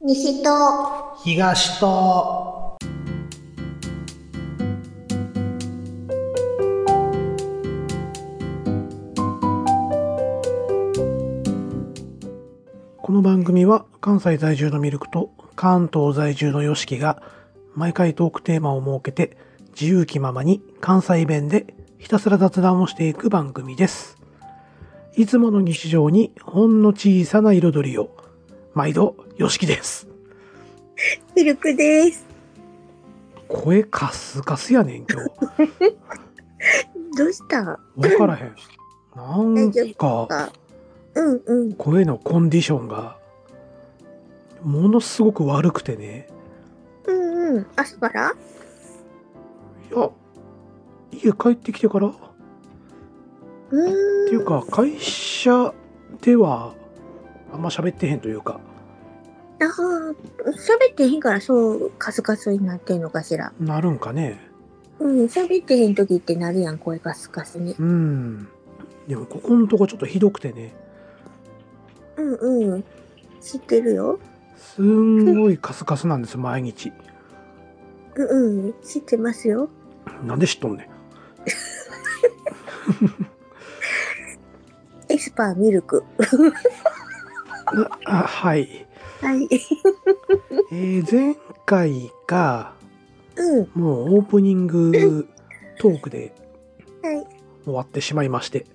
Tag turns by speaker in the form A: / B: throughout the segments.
A: 西と
B: 東とこの番組は関西在住のミルクと関東在住のヨシキが毎回トークテーマを設けて自由気ままに関西弁でひたすら雑談をしていく番組です。いつもの日常にほんの小さな彩りを毎度ヨシキです。
A: ミルクです。
B: 声カスカスやねん今日。
A: どうした
B: わからへん。なんか
A: かうんうん。
B: 声のコンディションがものすごく悪くてね。
A: うんうん。朝から
B: いや、家帰ってきてから
A: うーん。
B: っていうか会社ではあんま喋ってへんというか
A: あー。喋ってへんからそう、カスカスになってんのかしら。
B: なるんかね
A: うん。喋ってへん時ってなるやん、声カスカスに。
B: うんでもここのとこちょっとひどくてね
A: うんうん。知ってるよ。
B: すんごいカスカスなんです毎日
A: うんうん。知ってますよ。
B: なんで知っとんね
A: エスパーミルク。
B: んなあはい
A: はい。
B: えー前回が
A: うん。
B: もうオープニングトークで
A: はい。
B: 終わってしまいまして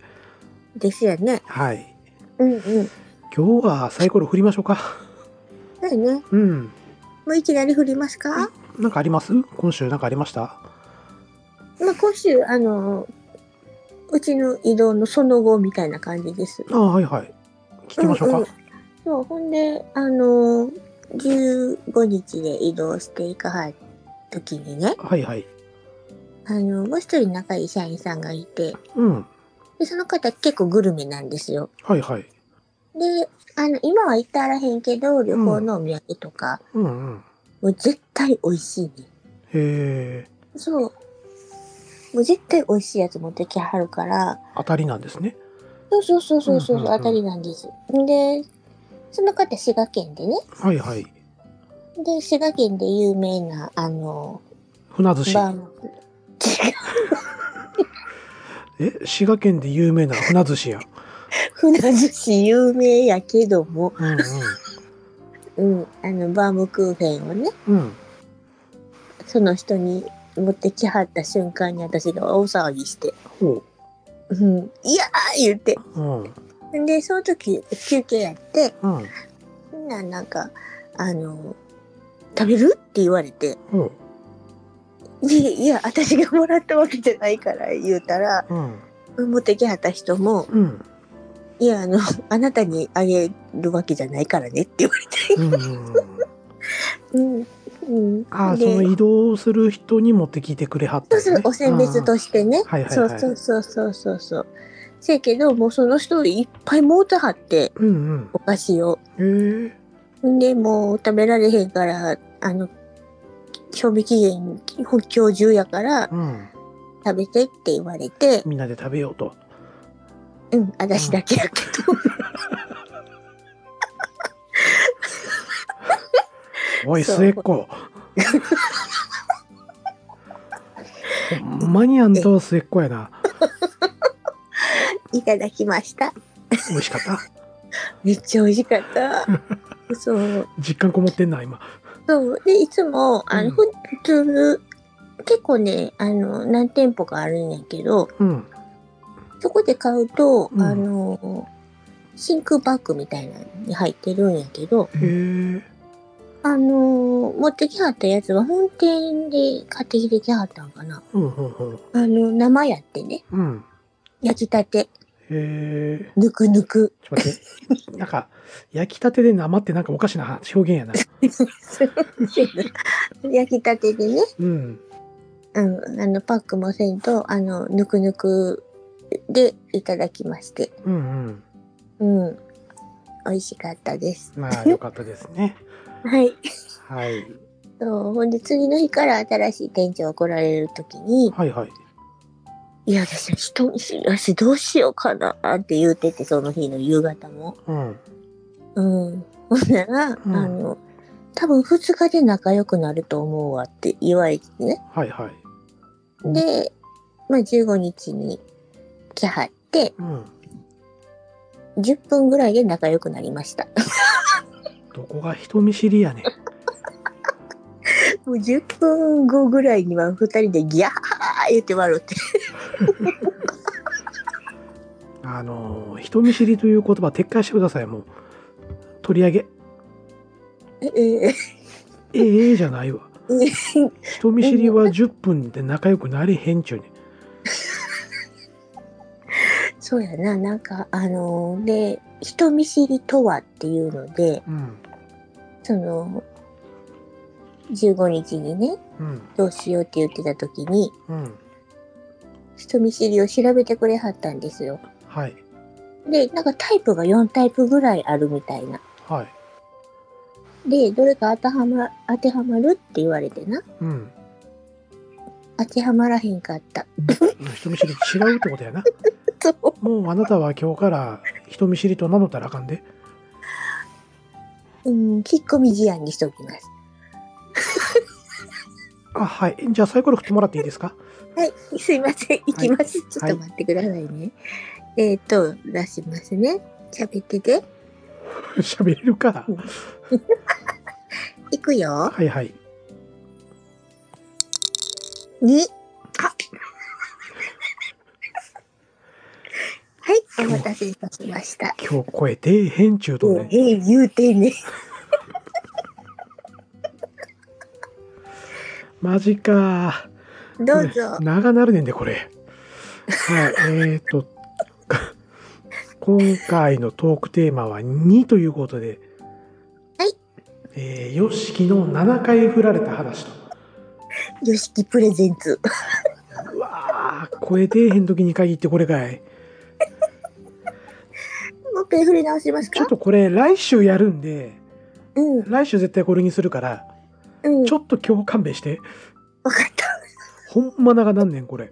A: ですよね。
B: はい
A: うんうん。
B: 今日はサイコロ振りましょうか
A: だよね。
B: うん
A: もういきなり振りますか
B: なんかあります今週なんかありました
A: まあ、今週、あのー、うちの移動のその後みたいな感じです。
B: あはいはい聞きましょうか、
A: んんそう、ほんで、あのー、15日で移動していかはる時にね、
B: はいはい
A: あのー、もう一人仲いい社員さんがいて、
B: うん
A: で、その方結構グルメなんですよ。
B: はいはい。
A: で、あの、今は行ったらへんけど、旅行のお土産とか、
B: うんうん。
A: もう絶対美味しいね。
B: へえ、
A: そう。もう絶対美味しいやつ持ってきはるから、
B: 当たりなんですね。
A: そうそうそうそうそう、
B: うんうんうん
A: 当たりなんです。で、その方滋賀県でね、
B: はいはい。
A: で、滋賀県で有名な、あの、
B: 船寿司。
A: バーム。違う
B: え、滋賀県で有名な船寿司やん。
A: 船寿司有名やけども、
B: う
A: う
B: ん
A: ん、あの、バームクーヘンをね、
B: うん。うん。
A: その人に持ってきはった瞬間に私が大騒ぎして、
B: ほ
A: うん、いやー言って。
B: う。うん。
A: で、その時休憩やって、
B: うん。
A: みんななんか、あの、食べるって言われて、
B: ほう。
A: いやいや、私がもらったわけじゃないから言うたら、
B: うん。
A: 持ってきはった人も、
B: うん。
A: いや、あの、 あなたにあげるわけじゃないからねって言われて。
B: うんうん。
A: うん。うん。
B: あー、
A: で
B: その移動する人に持ってきてくれはった
A: そ
B: ん
A: う
B: です
A: そう
B: ね、
A: お選別としてね。
B: はいはい
A: そ
B: は
A: う
B: い
A: そうそうそうそうそう。せやけど、もうその人いっぱいもうてはって、
B: あーうん
A: お菓子を。
B: うん。へえ。
A: んで、もう食べられへんから、あの、賞味期限、今日中やから
B: うん。
A: 食べてって言われて、
B: みんなで食べようと。
A: うん、私だけやけど。
B: おい、
A: そう
B: 末っ 子。ほんまにあんたは末っ子やな。
A: いただきました。
B: 美味しかった。
A: めっちゃ美味しか った。そう。
B: 実感こもってんな、今。
A: そう。で、いつも、あの、
B: うん
A: ふ普通の、結構ね、あの、何店舗かあるんやけど、
B: うん。
A: そこで買うと、
B: うん
A: あの、真空パックみたいなのに入ってるんやけど、
B: へえ。
A: あの、持ってきはったやつは本店で買ってきてきはったんかな。
B: うんうんうん。
A: あの、生やってね、
B: うん。
A: 焼きたて、
B: へえ。
A: ぬくぬく。
B: ちょっと待って。 なんか、焼きたてで生ってなんかおかしな表現やな。
A: 焼きたてでね、
B: うん。
A: うん、あの、パックもせんと、あの、ぬくぬくでいただきまして。
B: うんうん。
A: うん。美味しかったです。
B: まあ、よかったですね。
A: はい。
B: はい。
A: そうほんで、次の日から新しい店長が来られるときに、
B: はいはい。
A: いや、私、人見知りだし、どうしようかなって言うてて、その日の夕方も。
B: うん。
A: うん。ほんなら、
B: うん
A: あの、多分2日で仲良くなると思うわって言われてね。
B: はいはい。うん
A: で、まあ、15日に来はって、
B: うん。
A: 10分ぐらいで仲良くなりました。
B: どこが人見知りやねん。
A: もう10分後ぐらいには2人でギャー言って笑って。
B: あのー人見知りという言葉撤回してください、もう。取り上げ。
A: ええ
B: ええええじゃない わ。
A: え
B: 人見知りは10分で仲良くなれへんちゅうねん。
A: そうやな、なんか、あので、人見知りとはっていうので、
B: うん。
A: その、15日にね、
B: うん。
A: どうしようって言ってた時に、
B: うん。
A: 人見知りを調べてくれはったんですよ。
B: はい。
A: で、なんかタイプが4タイプぐらいあるみたいな。
B: はい。
A: で、どれか当てはま、当てはまるって言われてな。
B: うん。
A: 当てはまらへんかった。
B: 人見知り違うってことやな。
A: そう。
B: もうあなたは今日から人見知りと名乗ったらあかんで。
A: うん、引っ込み思案にしときます。
B: あ、はい。じゃあサイコロ振ってもらっていいですか
A: はい、すいません。行きます。ちょっと待ってくださいね。えっ、と、出しますね。喋ってて。
B: 喋れるか。
A: いくよ。
B: はいはい。
A: 2。あ はい、お待たせいたしました。
B: 今日声出えへんちゅうと
A: もう
B: ね。
A: ええ言うてね。
B: マジか。
A: どうぞ。
B: 長なるねんで、これ。はい。えっ、ー、と、か今回のトークテーマは2ということで。
A: はい。
B: えー、ヨシキの7回振られた話と。
A: よしきプレゼンツ。
B: うわー、声出えへん時に限ってこれかい。
A: もう一回振り直します
B: ちょ
A: か
B: っとこれ来週やるんで、
A: うん。
B: 来週絶対これにするから、
A: うん。
B: ちょっと今日勘弁して。
A: わかった。
B: ほんま長なんねん、これ。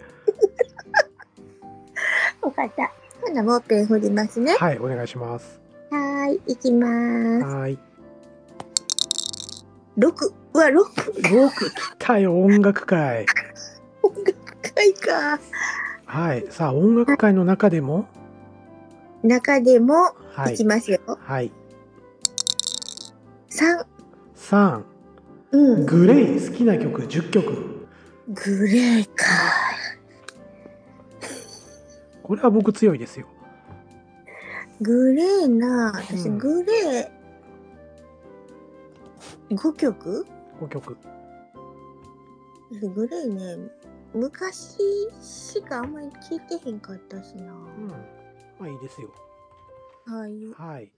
A: わかった。ほな、もう一回振りますね。
B: はい、お願いします。
A: はーい、いきまーす。
B: はーい。
A: 六。うわ、六。
B: よく来たよ、音楽会。
A: 音楽会か。
B: はい。さあ、音楽会の中でも、
A: 中でも、
B: はいい
A: き。ますよ。
B: はい。
A: 三。
B: 3、
A: うん。グ
B: グレイ好きな曲10曲。
A: レーか。
B: これは僕強いですよ。
A: グレーな。私、
B: うん
A: グレー。五曲
B: 5曲。
A: グレーね、昔しかあんまり聞いてへんかったしな。
B: うん。まあいいですよ。
A: ああいう。
B: はい。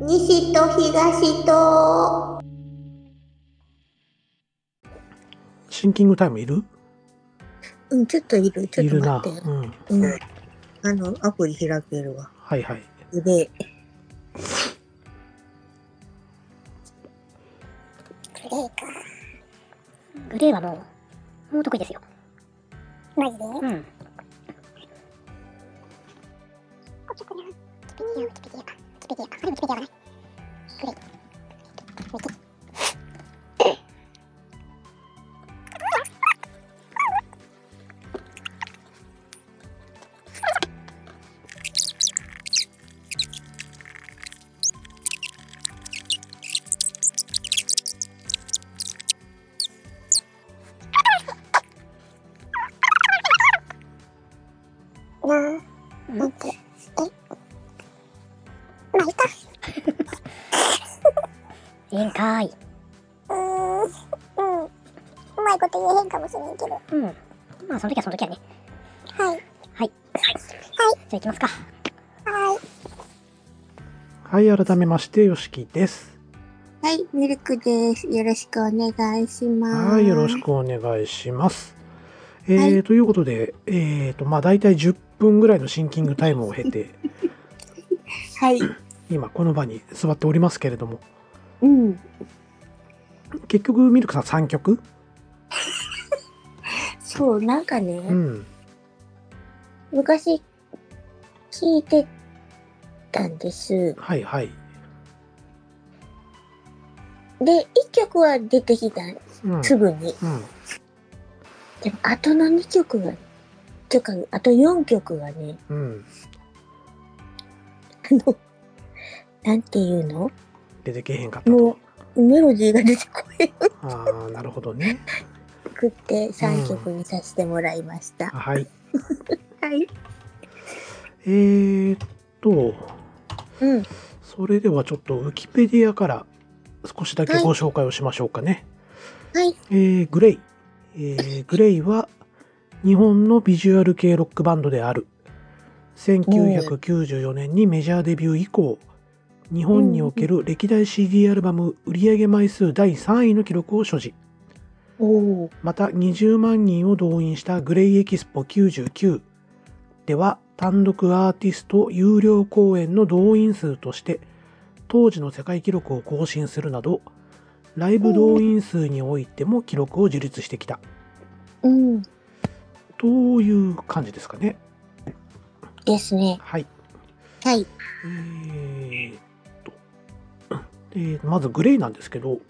A: 西と東と。
B: シンキングタイムいる
A: うん、ちょっといる。ちょ
B: い
A: っと
B: るな。
A: 待って。
B: うん。
A: うん。あの、アプリ開けるわ。
B: はいはい。
A: で。
C: グレーか。グレーはもう、もう得意ですよ。マジでうん。こっちこれは、キペディア、キペディアか。キペディアか。あれもキペディアかな。グレー。ウィキ。
A: なあ、なんて、え。まあ、いいか。
C: ええんかーい。
A: うーん。うん。うまいこと言えへんかもしれんけど。は
C: うん。まあ、その時はその時やね。
A: い。
C: はい。はい。じゃあ行きますか。
A: は
B: はい、改めまして、ヨシキです。
A: い。はい、ミルクです。よろしくお願いします。
B: はい、よろしくお願いします。えー
A: は
B: ということで、えーと、まあ、大体10分ぐらいのシンキングタイムを経 て、
A: はい。
B: 今、この場に座っておりますけれども、
A: うん。
B: 結局ミルクさん3曲
A: そう、なんかね、
B: うん。
A: 昔、聞いてたんです。
B: はいはい。
A: で、一曲は出てきた、
B: うん。うん。
A: すぐに。でも、あとの2曲が、とか、あと4曲がね、
B: うん。
A: あの、なんていうの
B: 出てけへんかったと。
A: もう、メロディーが出てこな
B: ああ、なるほどね。
A: くって、3曲にさせてもらいました。
B: はい。
A: はい。
B: えー、っと、
A: うん。
B: それではちょっとウィキペディアから少しだけご紹介をしましょうかね。
A: はい。
B: えーグレイ。えーグレイは日本のビジュアル系ロックバンドである。1994年にメジャーデビュー以降、日本における歴代 CD アルバム売上枚数第3位の記録を所持。
A: おー。
B: また20万人を動員したグレイエキスポ99では単独アーティスト有料公演の動員数として当時の世界記録を更新するなどライブ動員数においても記録を樹立してきた
A: うん。
B: という感じですかね
A: ですね。
B: はい
A: はい。
B: えーっとでまずグレイなんですけど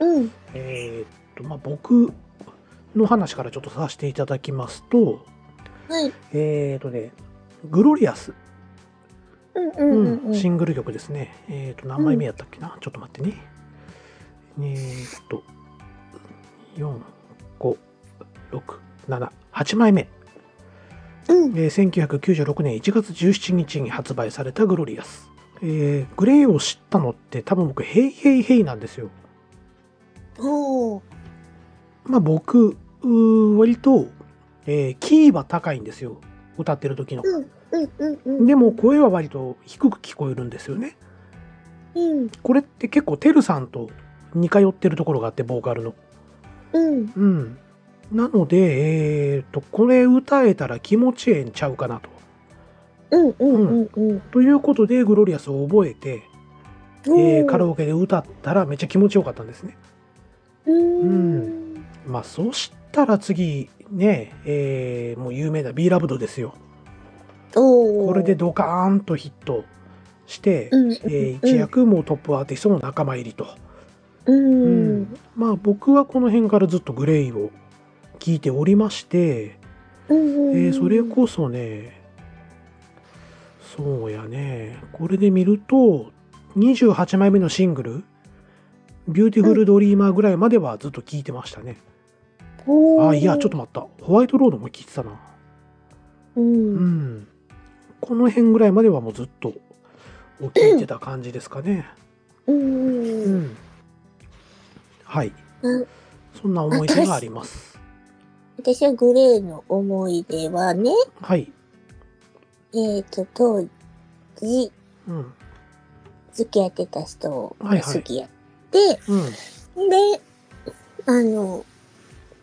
A: うん。
B: えーっとまあ僕の話からちょっとさせていただきますと
A: はい。
B: えーとね、グロリアス、
A: うんうんうんうん。
B: シングル曲ですね。えーと、何枚目やったっけな、ちょっと待ってね。えーと、4、5、6、7、8枚目。
A: うん。
B: えー1996年1月17日に発売されたグロリアス。えーグレーを知ったのって多分僕、ヘイヘイヘイなんですよ。
A: おー。
B: まあ僕、うー割と、えーキーは高いんですよ。歌ってる時の。
A: うんうんうんうん。
B: でも声は割と低く聞こえるんですよね。
A: うん
B: これって結構てるさんと似通ってるところがあってボーカルの
A: うん。
B: うんなのでえっ、とこれ歌えたら気持ちええんちゃうかなと
A: うんうんうんうん。
B: ということでグロリアスを覚えて、えーカラオケで歌ったらめっちゃ気持ちよかったんですね
A: う
B: うん
A: ん。
B: まあそしたら次ねえーもう有名な b ラブドですよ
A: おお。
B: これでドカーンとヒットして、
A: うんうん
B: えー一躍もうトップアーティストの仲間入りと、
A: うん。
B: まあ僕はこの辺からずっとグレイを聞いておりまして
A: うんうん。
B: えーそれこそね、そうやね、これで見ると、28枚目のシングル、ビューティフルドリーマーぐらいまではずっと聴いてましたね。
A: おー。
B: あ、いや、ちょっと待った。ホワイトロードも聴いてたな。
A: う。
B: うんん。この辺ぐらいまではもうずっと聴いてた感じですかね。
A: うん
B: う
A: うん。
B: ん。はい
A: うん。
B: そんな思い出があります。
A: 私はグレーの思い出はね、
B: はい。
A: えっと、当時、
B: うん。
A: 付き合ってた人
B: はい
A: が
B: はい
A: 好きやって、
B: うん。
A: で、あの、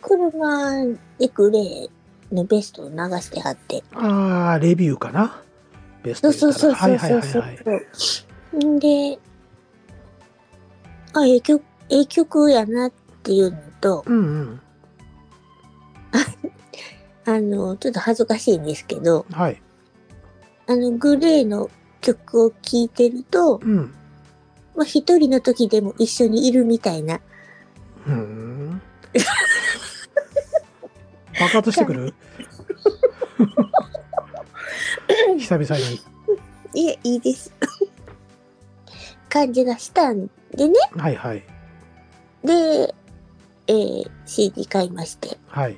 A: 車でグレーのベストを流してはって、
B: あー、レビューかな。ベス
A: そ
B: ト
A: うそうそう
B: は
A: そ
B: いうはい
A: そう
B: はい
A: そう。
B: はい。
A: んで、あ、ええ曲、ええ曲やなっていうのと、
B: うんうん。
A: あの、ちょっと恥ずかしいんですけど、
B: はい。
A: あの、グレーの曲を聴いてると、
B: うん。
A: まあ、一人の時でも一緒にいるみたいな、
B: うーん。 爆発して くる久々に。
A: いや、いいです。 感じがしたんでね。
B: はいはい。
A: で、えー CD 買いまして、
B: はい。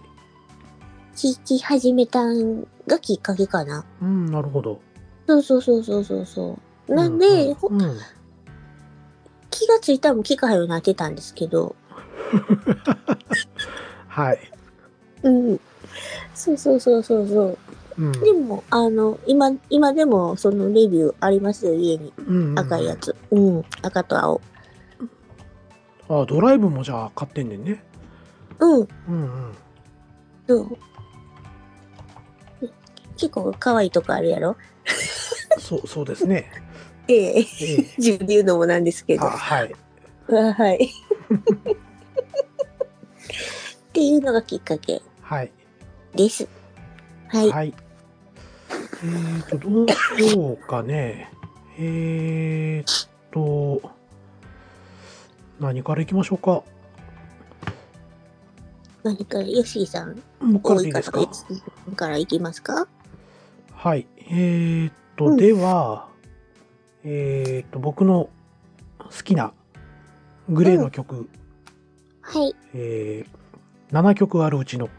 A: 聴き始めたんがきっかけかな。
B: うん、なるほど。
A: そうそうそうそうそうそう。なんで、ほ
B: うんうん
A: 気がついたらもう聞かへんようになってたんですけど、
B: はい。
A: うん。そうそうそうそうそう。
B: うん。
A: でも、あの、今、今でもそのレビューありますよ、家に。
B: うんうん
A: 赤いや。つ。うん、赤と青。
B: あ、ドライブもじゃあ買ってんねんね。
A: うん、
B: うんうん。
A: そう。結構可愛いとこあるやろ
B: そう、そうで すね。
A: ええ
B: え え
A: 自分で言うのもなんですけど。
B: あ、はい。
A: あはい。いうのがきっかけ
B: はい。
A: です。はい。
B: はい。えーと、どうしようかね。えーと、何からいきましょうか。
A: 何か、よしきさん、
B: 僕から
A: 多
B: で
A: い
B: いい
A: か
B: です
A: ら、
B: か
A: よしきさんからいきますか
B: はい。えーっと、
A: うん
B: では、えーっと、僕の好きなグレーの曲、
A: はい。
B: えー7曲あるうち の、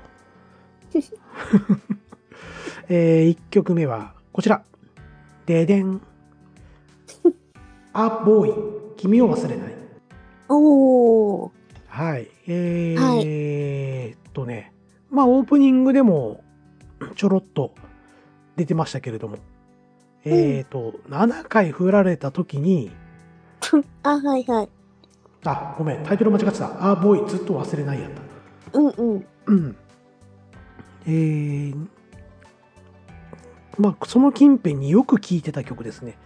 B: え1曲目はこちら。ででん。あ、ボーイ、君を忘れない。
A: おー。
B: はい。えーえーっとね、まあオープニングでもちょろっと出てましたけれども、えーっと、7回振られた時に、
A: あ、はいはい。
B: あ、ごめん、タイトル間違ってた。あ、ボーイ、ずっと忘れないやった。
A: うんうん。
B: うん。えー、まあその近辺によく聴いてた曲ですね。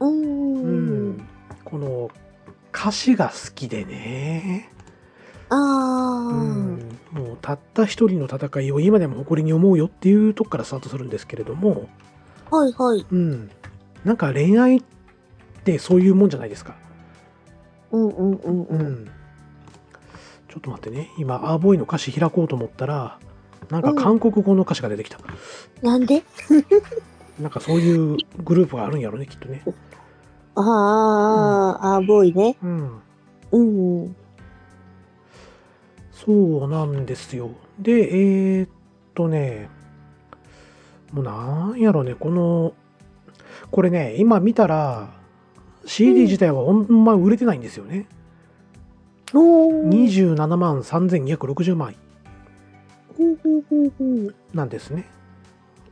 A: う。
B: うんん。この歌詞が好きでね。
A: あ
B: う
A: ー。
B: んもうたった一人の戦いを今でも誇りに思うよっていうとこからスタートするんですけれども、
A: はいはい。
B: うん、なんか恋愛ってそういうもんじゃないですか。
A: うんうんうん
B: う
A: うん。
B: ん、ちょっと待ってね今アーボーイの歌詞開こうと思ったらなんか韓国語の歌詞が出てきた、
A: なんで
B: なんかそういうグループがあるんやろねきっとね。
A: あー、あー、ボーイね。
B: うん、
A: うんうん。
B: そうなんですよ。で、えーっとね、もうなんやろね、この、これね、今見たら、CD 自体はほんま売れてないんですよね。
A: おー。
B: 27万3260枚
A: うんうんうんうん
B: なんですね。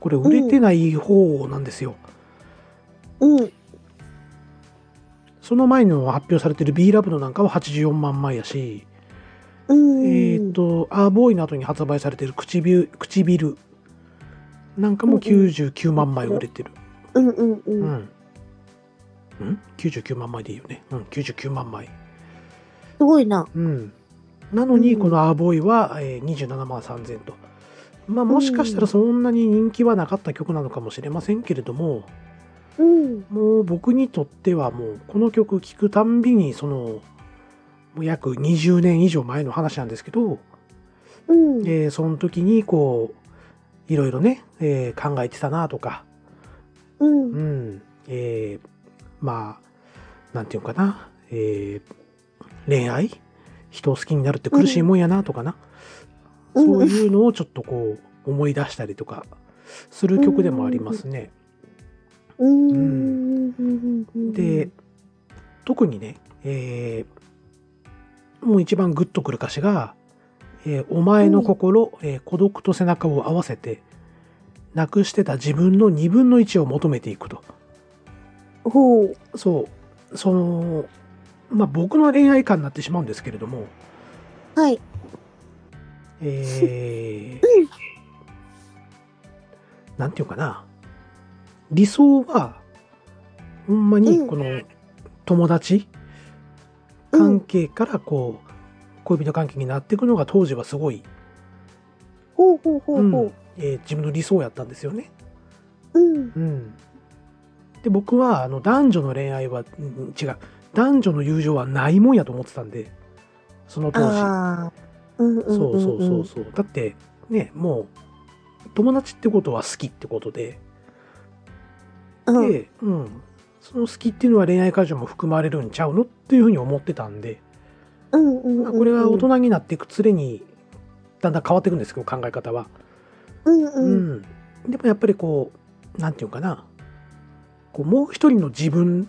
B: これ売れてない方なんですよ。
A: うん。
B: その前の発表されてる b ラブのなんかは84万枚やし、
A: うん。
B: えーっと、アーボーイの後に発売されてる唇唇なんかも99万枚売れてる。
A: うんうんうん。
B: うん。うん、99万枚でいいよね。うん、99万枚。
A: すごいな。
B: うん。なのに、
A: うん
B: このアーボーイは、えー27万3000と。まあ、もしかしたらそんなに人気はなかった曲なのかもしれませんけれども、
A: うん。
B: もう僕にとってはもう、この曲聴くたんびに、その、もう約20年以上前の話なんですけど、
A: うん。
B: えーその時に、こう、いろいろね、えー考えてたなとか、
A: うん
B: う。ん、えー、まあ、なんていうのかな、えー、恋愛人を好きになるって苦しいもんやなとかな、
A: うん
B: そういうのをちょっとこう思い出したりとかする曲でもありますね。
A: うん。
B: で、、特にね、えーもう一番グッとくる歌詞が、えーお前の心、えー孤独と背中を合わせて、なくしてた自分の2分の1を求めていくと。
A: ほう。
B: そう、その、まあ、僕の恋愛観になってしまうんですけれども、
A: はい。
B: えー、なんていうかな、理想は、ほんま
A: う
B: に
A: ん
B: この友達関係からこう、恋人関係になっていくのが当時はすごい、
A: ほうほうほうほ
B: うん
A: う。
B: えー自分の理想やったんですよね。
A: うん。
B: うん、で、僕はあの男女の恋愛は、うん違う、男女の友情はないもんやと思ってたんで、その当時。
A: ああ。うんうん。
B: そうそうそう。そう。だって、ね、もう、友達ってことは好きってことで、
A: うん。
B: で、うん。その好きっていうのは恋愛感情も含まれるんちゃうのっていうふうに思ってたんで、
A: うんうん
B: まあ、これは大。人になっていくつれに、だんだん変わっていくんですけど、考え方は。
A: うん
B: う
A: うん。
B: ん。でもやっぱりこう、なんていうかな、こう、もう一人の自分、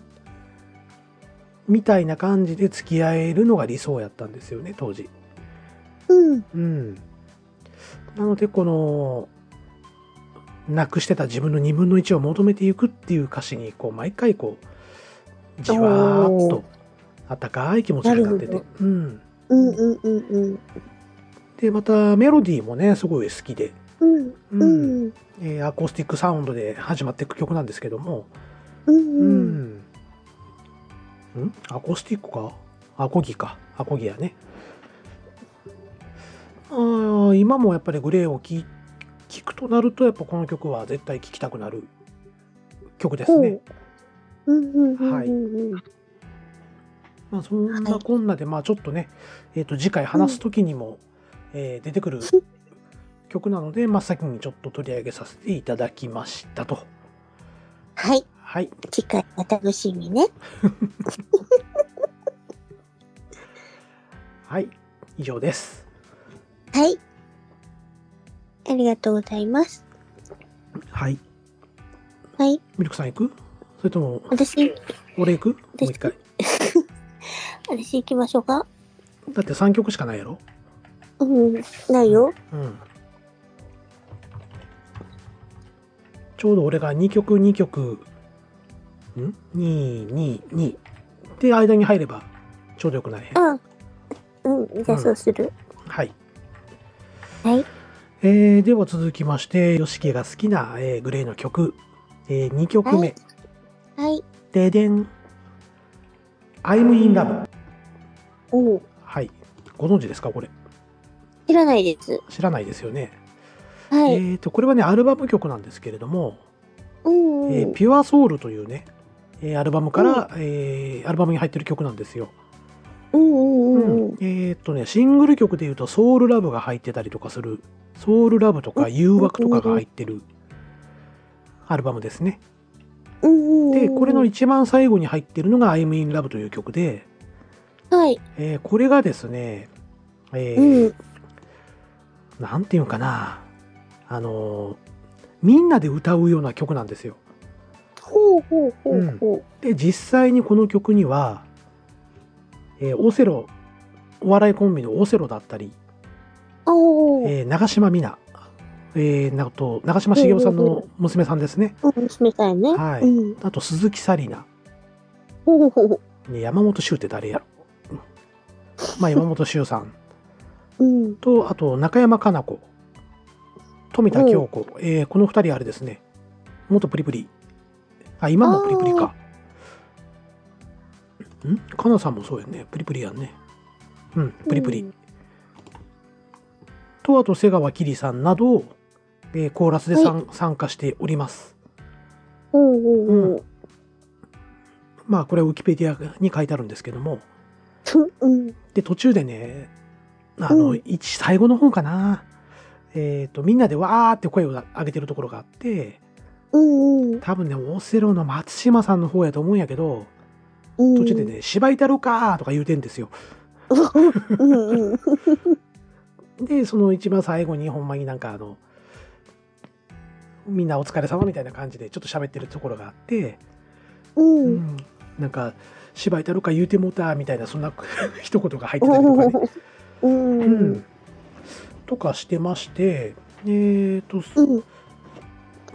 B: みたいな感じで付き合えるのが理想やったんですよね、当時。
A: うん。
B: うん。なので、この、なくしてた自分の2分の1を求めていくっていう歌詞に、こう、毎回、こう、じわーっと、温かい気持ちになって
A: な
B: て
A: る。
B: うん。
A: うんうんうんうん。
B: で、また、メロディーもね、すごい好きで、
A: うん
B: う。
A: うんん
B: えーアコースティックサウンドで始まっていく曲なんですけども、
A: う
B: うんん。んアコースティックかアコギか。アコギやね。あー今もやっぱりグレーを聴聞くとなると、やっぱこの曲は絶対聴きたくなる曲ですね。
A: ほう。うんうんうんうんうん。
B: はいまあ、そんなこんなで、まあちょっとね、えー、と次回話す時にも、えー出てくる曲なので、まあ、先にちょっと取り上げさせていただきましたと。
A: はい。
B: はい、
A: 次回お楽しみね。
B: はい、以上です。
A: はい。ありがとうございます。
B: はい、
A: はい。
B: ミルクさん行くそれとも
A: 私、
B: 俺行くもう
A: 私
B: 一回。
A: 私行きましょうか。
B: だって3曲しかないやろ
A: うん、ないよ。
B: うん。ちょうど俺が2曲2曲、ん ?222 で間に入ればちょうどよくないね。
A: あうん、じゃあそうする。
B: はい。
A: はい。
B: えーでは続きまして、ヨシキが好きな、えーグレーの曲、え2曲
A: は
B: 目
A: い、はい。
B: ででん。I'm in love。
A: おう
B: はい。ご存知ですかこれ。
A: 知らないです。
B: 知らないですよね。
A: はい。
B: えーと、これはね、アルバム曲なんですけれども、
A: うんうん。
B: えーピュアソウルというね、えーアルバムから、えーアルバムに入ってる曲なんですよ。
A: うんうんうん。
B: えーっとね、シングル曲で言うと、ソウルラブが入ってたりとかする、ソウルラブとか誘惑とかが入ってるアルバムですね。
A: うんうんうん。
B: で、これの、一番最後に入ってるのが I'm in love という曲で、
A: はい。
B: えーこれがですね、えー
A: うん。
B: なんていうんかな、あのーみんなで歌うような曲なんですよ。
A: ほうほうほうほう。
B: で実際にこの曲には、えーオセロお笑いコンビのオセロだったり、
A: あおー。
B: えー長島美奈、えーなと長島茂雄さんの娘さんですね
A: うん、娘さんやね。
B: はい
A: うん。
B: あと鈴木紗理奈
A: ほうほうほう。
B: ね山本修って誰やろ、まあ、山本修さん
A: うん。
B: とあと中山加奈子富田京子、えーこの2人あれですね元プリプリあ今もプリプリかんか奈さんもそうやねプリプリやんねうんプリプリ、
A: うん
B: とあと瀬川きりさんなど、えーコーラスで参参加しております
A: ほうほうほう。
B: まあこれはウィキペディアに書いてあるんですけども
A: うん。
B: で途中でねあの、
A: うん
B: 一最後の方かなえっ、とみんなでわーって声を上げてるところがあって
A: うんうん。
B: 多分ねオセロの松島さんの方やと思うんやけど
A: 途
B: 途中で。ね「芝居太郎か!」とか言うてんですよ
A: うんうん。
B: でその一番最後にほんまになんかあのみんなお疲れ様みたいな感じでちょっと喋ってるところがあって、
A: う。
B: うんんなんか「芝居太郎か言うてもうた」みたいなそん な一言が入ってたりとかね
A: う。
B: うんん、とかしてまして、えー、と
A: うん。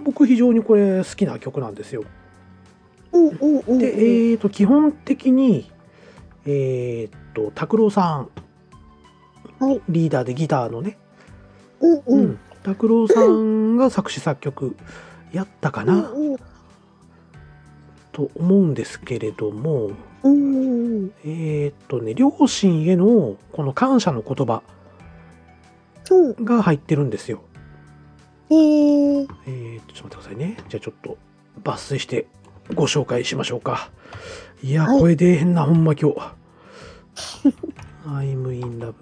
B: 僕非常にこれ好きな曲なんですよ。
A: うんうんうん。
B: で、えー、と基本的に、えー、と拓郎さん、
A: はい
B: リーダーでギターのね
A: うんう。
B: うんん拓郎、さんが作詞作曲やったかな
A: うん
B: と思うんですけれども、
A: うん。
B: えー、とね両親へのこの感謝の言葉
A: うん。
B: が入ってるんですよ。
A: ええ。
B: えー、ちょっと待ってくださいね。じゃあちょっと抜粋してご紹介しましょうか。いや、
A: はい
B: 声出えへんな、ほんま今日。I'm in love.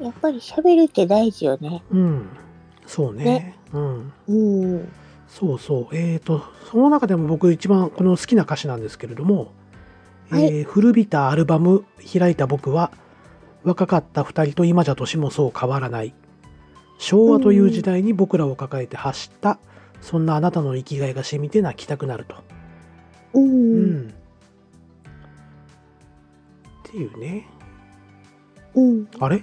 A: やっぱり喋るって大事よね。
B: うん。そうね。
A: ね
B: うん。
A: うん。
B: そうそう。えっ、と、その中でも僕一番この好きな歌詞なんですけれども、
A: はい
B: えー古びたアルバム開いた僕は、若かった二人と今じゃ年もそう変わらない。昭和という時代に僕らを抱えて走った、そんなあなたの生きがいが染みて泣きたくなると。
A: う。
B: うんんっていうね。
A: うん。
B: あれ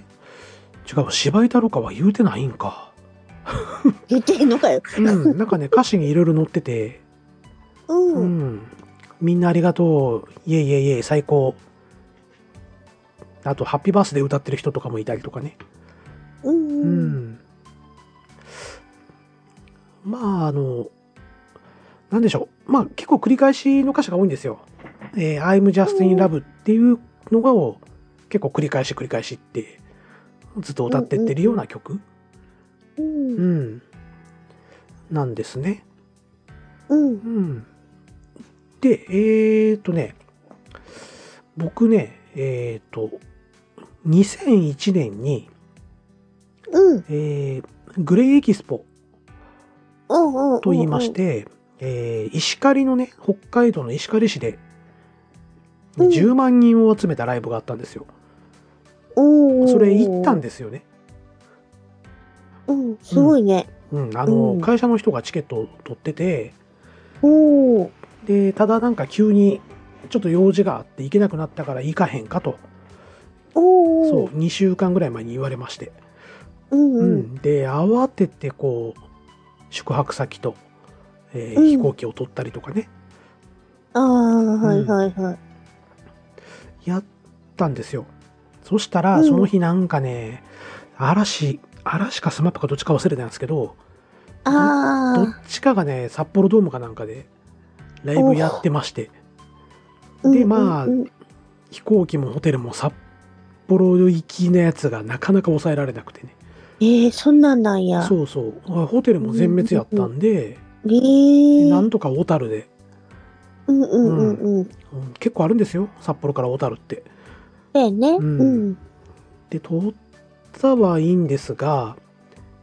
B: 違う、芝居太郎かは言うてないんか。
A: 言ってんのかよ。
B: うん、 なんかね、歌詞にいろいろ載ってて、う
A: うん。
B: ん、みんなありがとう、イエイイエイイエイ、最高。あと、ハッピーバースデー歌ってる人とかもいたりとかね。
A: う。
B: うんん。まあ、あの、なんでしょう。まあ、結構繰り返しの歌詞が多いんですよ。えー I'm just in love っていうのがを結構繰り返し繰り返しって、ずっと歌ってってるような曲、
A: うん
B: う。ん、なんですね。
A: うん
B: う。ん。で、えー、っとね、僕ね、えー、っと、2001年に、
A: うん。
B: えーグレイエキスポ
A: うん。
B: と言いまし。て、えー石狩のね、北海道の石狩市で、
A: うん
B: 10万人を集めたライブがあったんですよ。
A: うん。
B: それ行ったんですよね。
A: うん。すごいね。
B: うん、あの、
A: うん
B: 会社の人がチケットを取ってて、
A: おお。
B: で、ただなんか急に、ちょっと用事があって行けなくなったから行かへんかと、
A: おお。
B: そう、。2週間ぐらい前に言われまして。
A: うん
B: う
A: うん。
B: ん、で、慌ててこう、宿泊先と、えー
A: うん
B: 飛行機を取ったりとかね、
A: ああ、はいはいはい。
B: やったんですよ。そしたら、
A: うん
B: その日なんかね、嵐、嵐かスマップかどっちか忘れたんですけど、どっ
A: あ
B: ちかがね、札幌ドームかなんかで、ライブやってまして、
A: あ。
B: でまあ
A: うんうん
B: 飛行機もホテルも札幌行きのやつがなかなか抑えられなくてね
A: ええ、そんなんなんや。
B: そうそうホテルも全滅やったんで、
A: ええ。
B: なんとか小樽で、
A: うんうんうんうん。
B: うん結構あるんですよ札幌から小樽って
A: だよね。
B: うん
A: うん。
B: で通ったはいいんですが、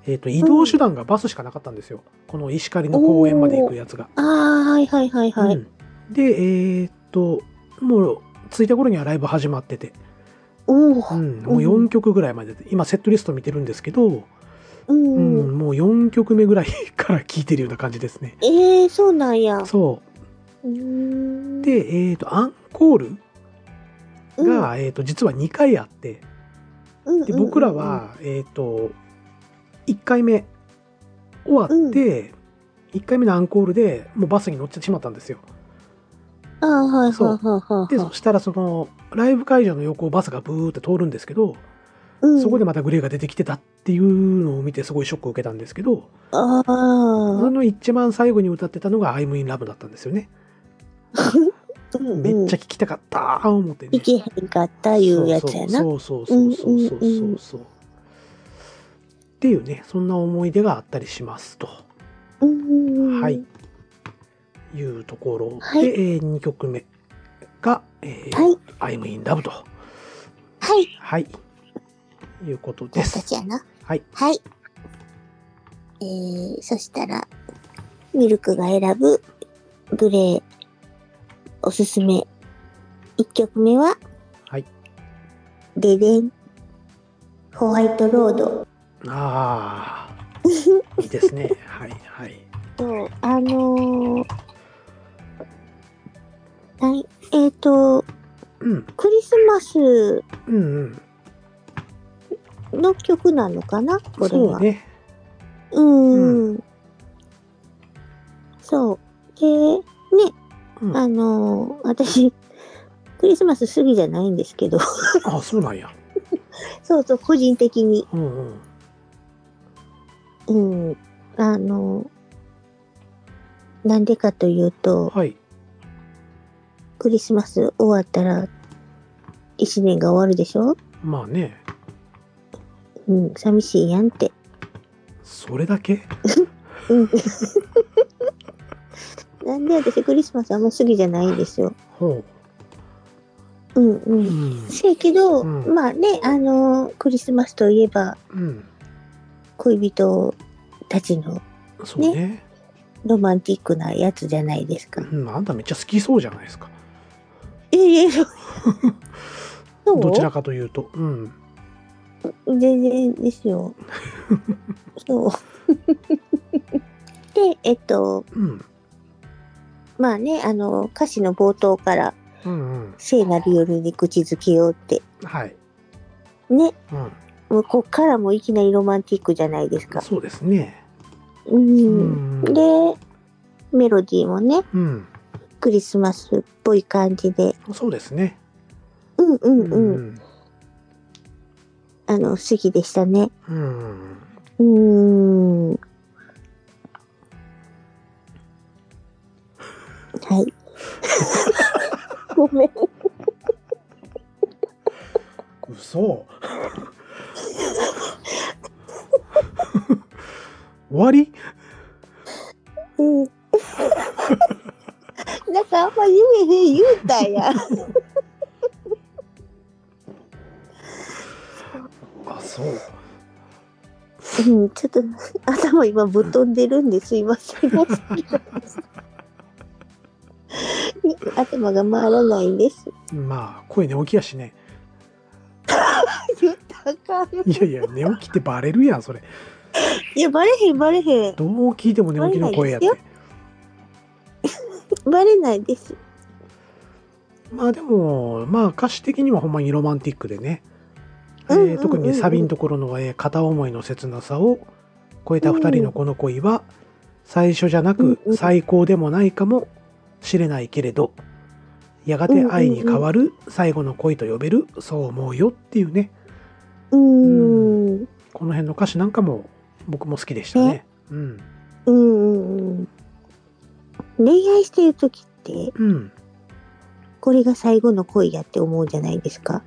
B: えー、と移動手段がバスしかなかったんですよ、この石狩の公園まで行くやつが、
A: ああ、はいはいはいは
B: う
A: い。
B: んでえっ、ともう着いた頃にはライブ始まってて、
A: お
B: う
A: お。
B: んもう4曲ぐらいまでで今セットリスト見てるんですけど、
A: う。
B: うんん、もう4曲目ぐらいから聴いてるような感じですね。
A: ええ、そうなんや。
B: そうう。
A: ん、
B: で、えっ、と、アンコール
A: うん
B: が、えっと、実は2回あって、
A: うん
B: で、僕ら、は、えっと、1回目終わって、1回目のアンコールでもうバスに乗ってしまったんですよ。
A: ああ、はい
B: そう
A: はいはいはい。
B: で、そしたら、その、ライブ会場の横をバスがブーって通るんですけど、
A: うん
B: そこでまたグレーが出てきてたっていうのを見て、すごいショックを受けたんですけど、
A: あ
B: そ
A: あ、
B: の一番最後に歌ってたのが、I'm in love だったんです よね。めっちゃ
A: ゃ
B: 聞きたかったー思ってね。
A: 行けへんかったいうやつやな。
B: そうそうそうそうそうそう
A: うんうん
B: そううんそう。っていうねそんな思い出があったりしますと、
A: は
B: はい。いうところで、
A: はい
B: え2曲目が「えー
A: はい。
B: I'm in love と」
A: はい。
B: はいいうことで
A: 私た
B: す。
A: ちやな。
B: はい、
A: はい。えー、そしたら、ミルクが選ぶグレーおすすめ。1曲目は、
B: はい、
A: ででん。ホワイトロード。
B: ああいいです ねはいはい。
A: と、あのー、はい、えっ、と、
B: うん
A: クリスマス
B: うんうん
A: の曲なのかなこれ
B: そう
A: は。
B: ね
A: うーん。そう。で、ね、
B: うん
A: あのー私、クリスマス過ぎじゃないんですけど、
B: あそうなんや。
A: そうそう、個人的に、
B: うんう
A: う
B: ん
A: ん、あのーなんでかというと、
B: はい
A: クリスマス終わったら、一年が終わるでしょ
B: まあね
A: うん、寂しいやんって。
B: それだけ
A: うん なんで私クリスマスあんま好きじゃないんですよ。
B: ほ
A: うん
B: う、
A: う。
B: うんん
A: せやけど、
B: うん
A: まあね、あのークリスマスといえば
B: うん、
A: 恋人たちの
B: そうね
A: ロマンティックなやつじゃないですか。
B: うん、あんためっちゃ好きそうじゃないですか
A: ええ、そう。そう
B: どちらかというと、うん、
A: 全然です よ。そう。 で、えっと、
B: うん、
A: まあね、あの、歌詞の冒頭から、
B: うん、うん、
A: 聖なる夜に口づけようって、
B: はい、
A: ね、
B: うん、
A: もうこっからもいきなりロマンティックじゃないですか。
B: そうですね、
A: う。
B: うんん、
A: で、メロディーもね、
B: うん、
A: クリスマスっぽい感じで、
B: そうですね、
A: うんうんうん、
B: うん、
A: あの、好きでしたね。
B: うん、
A: うーん。はい。ごめん。
B: 嘘 終わり
A: うん。なんかあんま言えへん言うたんや。
B: あそう
A: うん、ちょっと頭今ぶっ飛んでるんですいません。申し訳ないです頭が回らないんです。
B: まあ声寝起きやしね
A: 言ったらあかん。
B: いやいや寝起きってバレるやんそれ
A: いや、バレへん、バレへん。
B: どう聞いても寝起きの声やって
A: バレバレないです。
B: まあでもまあ歌詞的にはほんまにロマンティックでね、え
A: うんうんうんうん
B: ー特にサビのところの、えー片思いの切なさを超えた2人のこの恋は最初じゃなく
A: うんうん
B: 最高でもないかもしれないけれどやがて愛に変わる最後の恋と呼べるそう思うよっていうね
A: うーん。うん
B: この辺の歌詞なんかも僕も好きでしたね。うん、
A: うんうん。恋愛してる時って、
B: うん、
A: これが最後の恋やって思うじゃないですか。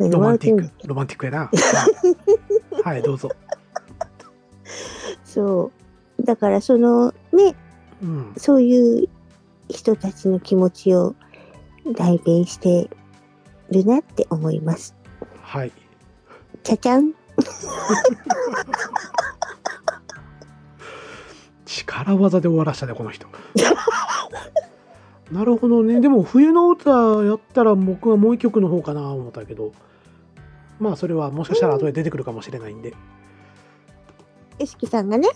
B: ロマンティ
A: 笑
B: ッ
A: う
B: クロマンティックやな。 はいどうぞ。
A: てんそう。だからそのね、
B: うん
A: そういう人たちの気持ちを代弁してるなって思います。
B: はい
A: ちゃちゃん。
B: 力技で終わらしたねこの人なるほどねでも冬の歌やったら僕はもう一曲の方かな思ったけどまあそれはもしかしたら後で出てくるかもしれないんで、
A: よしきさんがね、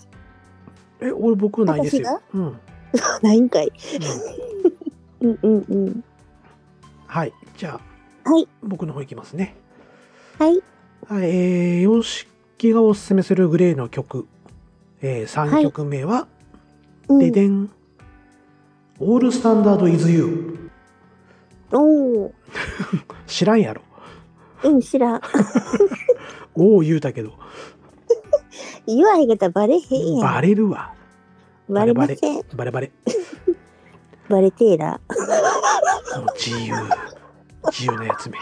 B: え俺僕ないです
A: 私
B: よ、うんうん
A: ないんかい。うんうんうん。
B: はいじゃあ、
A: はい
B: 僕の方いきますね
A: はい。
B: はいえー、ヨシキがおすすめするグレーの曲、えー、3曲目は「
A: うん
B: ででん」「オールスタンダード・イズ・ユー
A: おー。」
B: 知らんやろ
A: うん、知らん。
B: 「おお」言うたけど
A: 言わへんかったらバレへんやん。
B: バレるわ
A: バレません。
B: バレバレ
A: バレテーラ。
B: この自 由自由なやつめ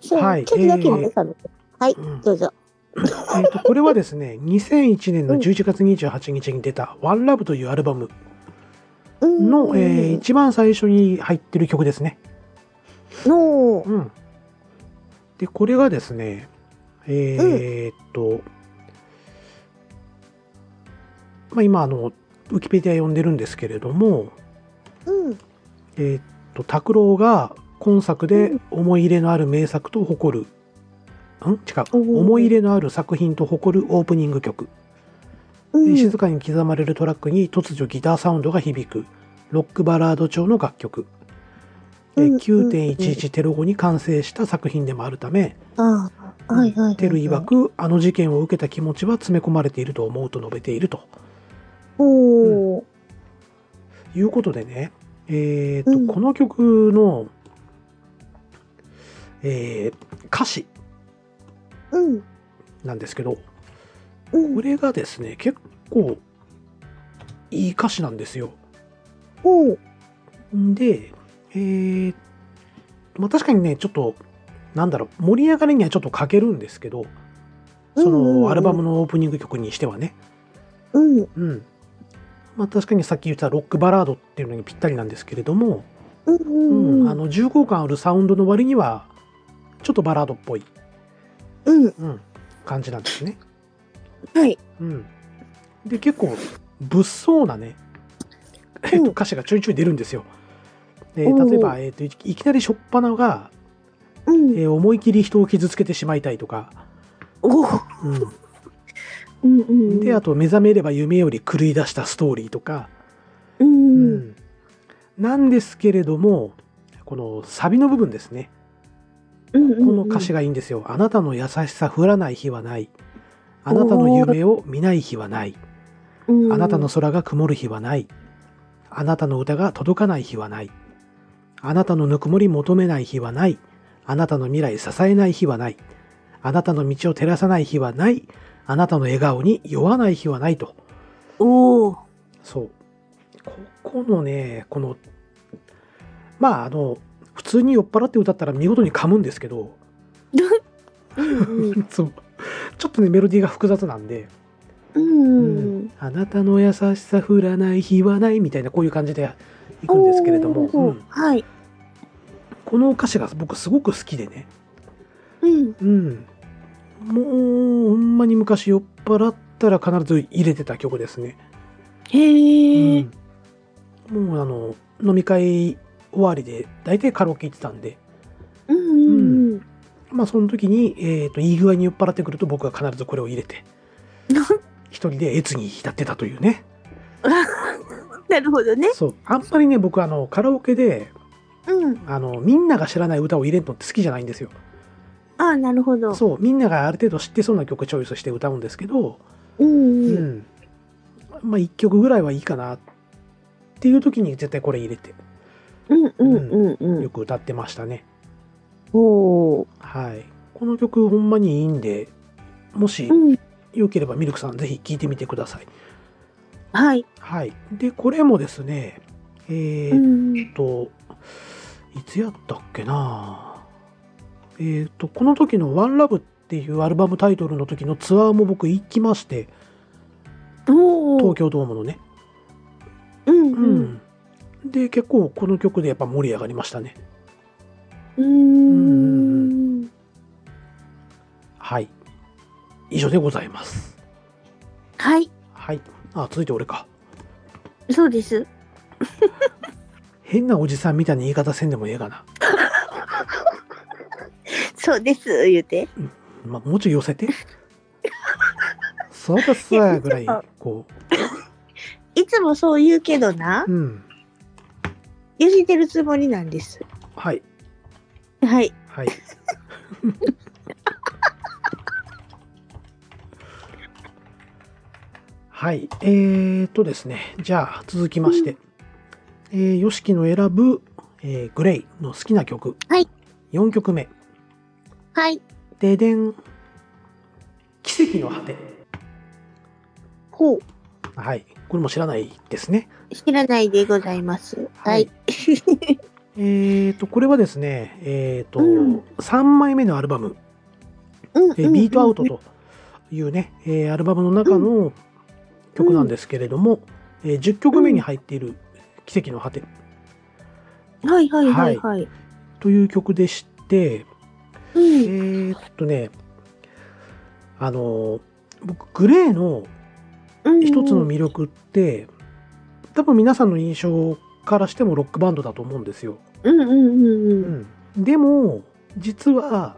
A: そう
B: はい
A: ちょっとだけも
B: え
A: ね、
B: ー
A: そのはい、
B: うん
A: どうぞ。
B: えっとこれはですね2001年の11月28日に出た「OneLove」というアルバム
A: うん
B: の、えー一番最初に入ってる曲ですね
A: の
B: うんでこれがですねえーっと、まあ、今あのウィキペディア読んでるんですけれども、
A: うん、
B: えーっと拓郎が今作で思い入れのある名作と誇る、ん違う
A: おー
B: 思い入れのある作品と誇るオープニング曲、
A: う
B: で
A: ん、
B: 静かに刻まれるトラックに突如ギターサウンドが響くロックバラード調の楽曲、で
A: うん
B: 9.11テロ後に完成した作品でもあるため、
A: ああ、はいはいはいはい。
B: テル曰くあの事件を受けた気持ちは詰め込まれていると思うと述べていると
A: おー
B: いうことでね、えーっと
A: うん
B: この曲の、えー歌詞
A: うん、
B: なんですけど、
A: うん、
B: これがですね、結構いい歌詞なんですよ。
A: おー
B: んで、えーまあ、確かにね、ちょっと、なんだろう、盛り上がりにはちょっと欠けるんですけど、そ
A: うんうんうん
B: のアルバムのオープニング曲にしてはね、
A: うん、
B: うん。まあ、確かにさっき言ったロックバラードっていうのにぴったりなんですけれども、
A: うん、
B: う
A: うんん、
B: あの重厚感あるサウンドの割には、ちょっとバラードっぽい、
A: うん、
B: うん、感じなんですね。
A: はい、
B: うん、で結構物騒なね、えっ
A: うん
B: と歌詞がちょいちょい出るんですよ。で
A: おうおう
B: 例えば、えっといいきなり初っ端が、
A: うん、
B: えー思い切り人を傷つけてしまいたいとか、
A: おー
B: う
A: うん、うん
B: ん、、であと目覚めれば夢より狂い出したストーリーとか、
A: う、
B: うんなんですけれどもこのサビの部分ですね
A: うん、
B: この歌詞
A: が、
B: がいいんですよ。あなたの優しさ降らない日はない。あなたの夢を見ない日はない。
A: うん
B: あなたの、空が曇る日はない。あなたの歌が届かない日はない。あなたのぬくもり求めない日はない。あなたの未来支えない日はない。あなたの道を照らさない日はない。あなたの笑顔に酔わない日はないと。
A: おー
B: そう。ここのね、この、まあ、あの、普通に酔っ払って歌ったら見事に噛むんですけど、
A: うん
B: そうちょっとね、メロディーが複雑なんで、
A: うん。
B: あなたの優しさ降らない日はないみたいな、こういう感じでいくんですけれども、
A: おー
B: うん
A: はい。
B: この歌詞が僕すごく好きでね、
A: うん。
B: うん。もう、ほんまに昔酔っ払ったら必ず入れてた曲ですね。
A: へえ。
B: うん、もうあの、飲み会終わりで、大体カラオケ行ってたんで、
A: うんうんうん。
B: まあその時に、えっ、と、いい具合に酔っ払ってくると僕は必ずこれを入れて、一人で越に浸ってたというね。
A: なるほどね。
B: そう。あんまりね、僕あの、カラオケで、
A: うん。
B: あの、みんなが知らない歌を入れるのって好きじゃないんですよ。
A: ああ、なるほど。
B: そう。みんながある程度知ってそうな曲チョイスして歌うんですけど、
A: うん
B: う
A: うん。
B: ん。まあ1曲ぐらいはいいかなっていう時に絶対これ入れて、
A: うんうんうんう
B: よ
A: ん。
B: く歌ってましたね。
A: おー。
B: はい。この曲ほんまにいいんで、もし
A: うん。
B: よければミルクさんぜひ聴いてみてください。
A: はい。
B: はい。で、これもですね、え
A: う
B: ーっ
A: ん。
B: と、いつやったっけなえーっと、この時の One Love っていうアルバムタイトルの時のツアーも僕行きまして、
A: おー
B: 東。京ドームのね。
A: うん
B: う
A: うん。
B: ん。で、結構この曲でやっぱ盛り上がりましたね。
A: うー
B: ん
A: ん。
B: はい。以上でございます。
A: はい。
B: はい。あ、続いて俺か。
A: そうです。
B: 変なおじさんみたいな言い方せんでもええかな。
A: そうです。言うて。
B: まあ、もうちょい寄せて。そうだっすわぐらい
A: いや、
B: こ
A: いつもそう言うけどな
B: う。。うん。
A: 寄せてるつもりなんです。
B: はい。
A: はい。
B: はい。 はい。えー、とですね。じゃあ、続きまして。えー、ヨシキの選ぶ、えーグレイの好きな曲。
A: はい。
B: 4曲目。
A: はい。
B: ででん。奇跡の果て。
A: ほう。
B: はい。これも知らないですね。
A: 知らないでございます。はい。
B: えっ、と、これはですね、えっ、と、
A: うん
B: 3枚目のアルバム、
A: うん
B: えビートアウト
A: うん
B: というね、えーアルバムの中の曲なんですけれども、えー10曲目に入っている「奇跡の果て
A: うんはいはいはいはい。」
B: という曲でして、
A: うん
B: えーっとね、あのー僕、グレーの
A: うん
B: 一つの魅力って、多分皆さんの印象からしてもロックバンドだと思うんですよ。
A: うんうんうんうん。
B: でも実は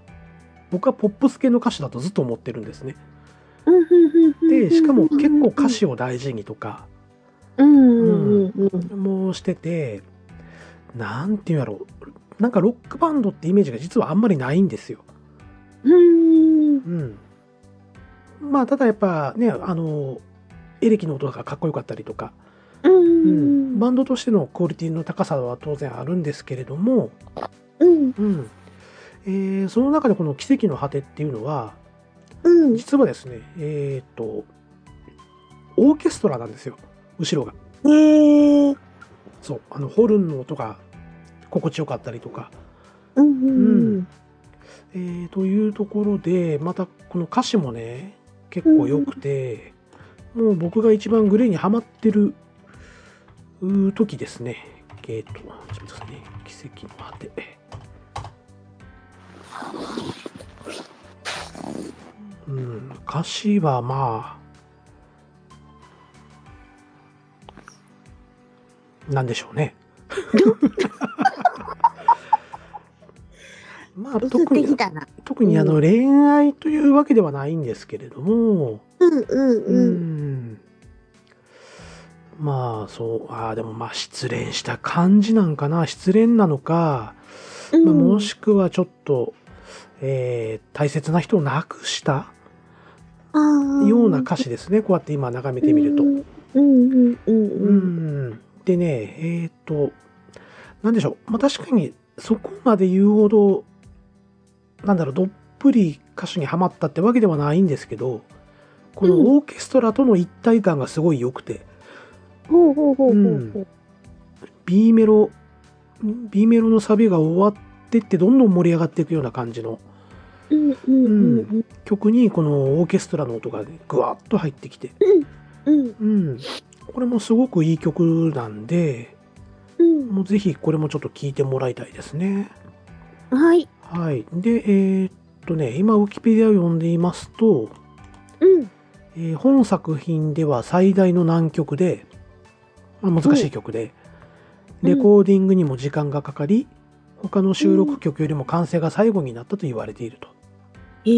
B: 僕はポップス系の歌手だとずっと思ってるんですね。
A: うんうんうん
B: でしかも結構歌詞を大事にとか
A: うんうんうんうん。
B: もうしててなんていうんやろうなんかロックバンドってイメージが実はあんまりないんですよ。
A: うん。
B: うん、まあただやっぱねあのエレキの音がかっこよかったりとか、
A: う。
B: うんバンドとしてのクオリティの高さは当然あるんですけれども、
A: うん。
B: うんえーその中でこの「奇跡の果て」っていうのは
A: うん。
B: 実はですね、えーっと、オーケストラなんですよ、後ろが。
A: へえ。
B: そう、あの、ホルンの音が心地よかったりとか、
A: うんうん
B: えーというところで、またこの歌詞もね、結構良くて、もう僕が一番グレーにハマってるうー時ですね。えーっと、ちょっと待ってくださいね、奇跡の果て。うん、歌詞はまあ、なんでしょうね。まあ、
A: うん。映っ
B: 特
A: て
B: に
A: きたな。
B: 特にあの恋愛というわけではないんですけれども、
A: うんうん
B: う
A: うん。
B: んまあそうあーでもまあ失恋した感じなんかな失恋なのか、
A: うん
B: まあ、もしくはちょっと、えー大切な人を亡くした
A: あー
B: ような歌詞ですね、こうやって今眺めてみると。
A: う
B: うん
A: んうんうんうん。
B: でねえっ、となんでしょう、まあ、確かにそこまで言うほどなんだろうどっぷり歌手にはまったってわけではないんですけどこの
A: うん
B: オーケストラとの一体感がすごい良くて、
A: ほうほうほうほうほう。
B: B メロ B メロのサビが終わってってどんどん盛り上がっていくような感じの
A: うんうんうん
B: 曲にこのオーケストラの音がぐわっと入ってきて、
A: うん
B: うん、これもすごくいい曲なんで
A: うん
B: もうぜひこれもちょっと聴いてもらいたいですね。
A: うんはい
B: はい、でえーっとね今ウィキペディアを読んでいますと、
A: うん
B: えー本作品では最大の難曲で、まあ、難しい曲で、
A: うん
B: レコーディングにも時間がかかり他の収録曲よりも完成が最後になったと言われていると。
A: え
B: え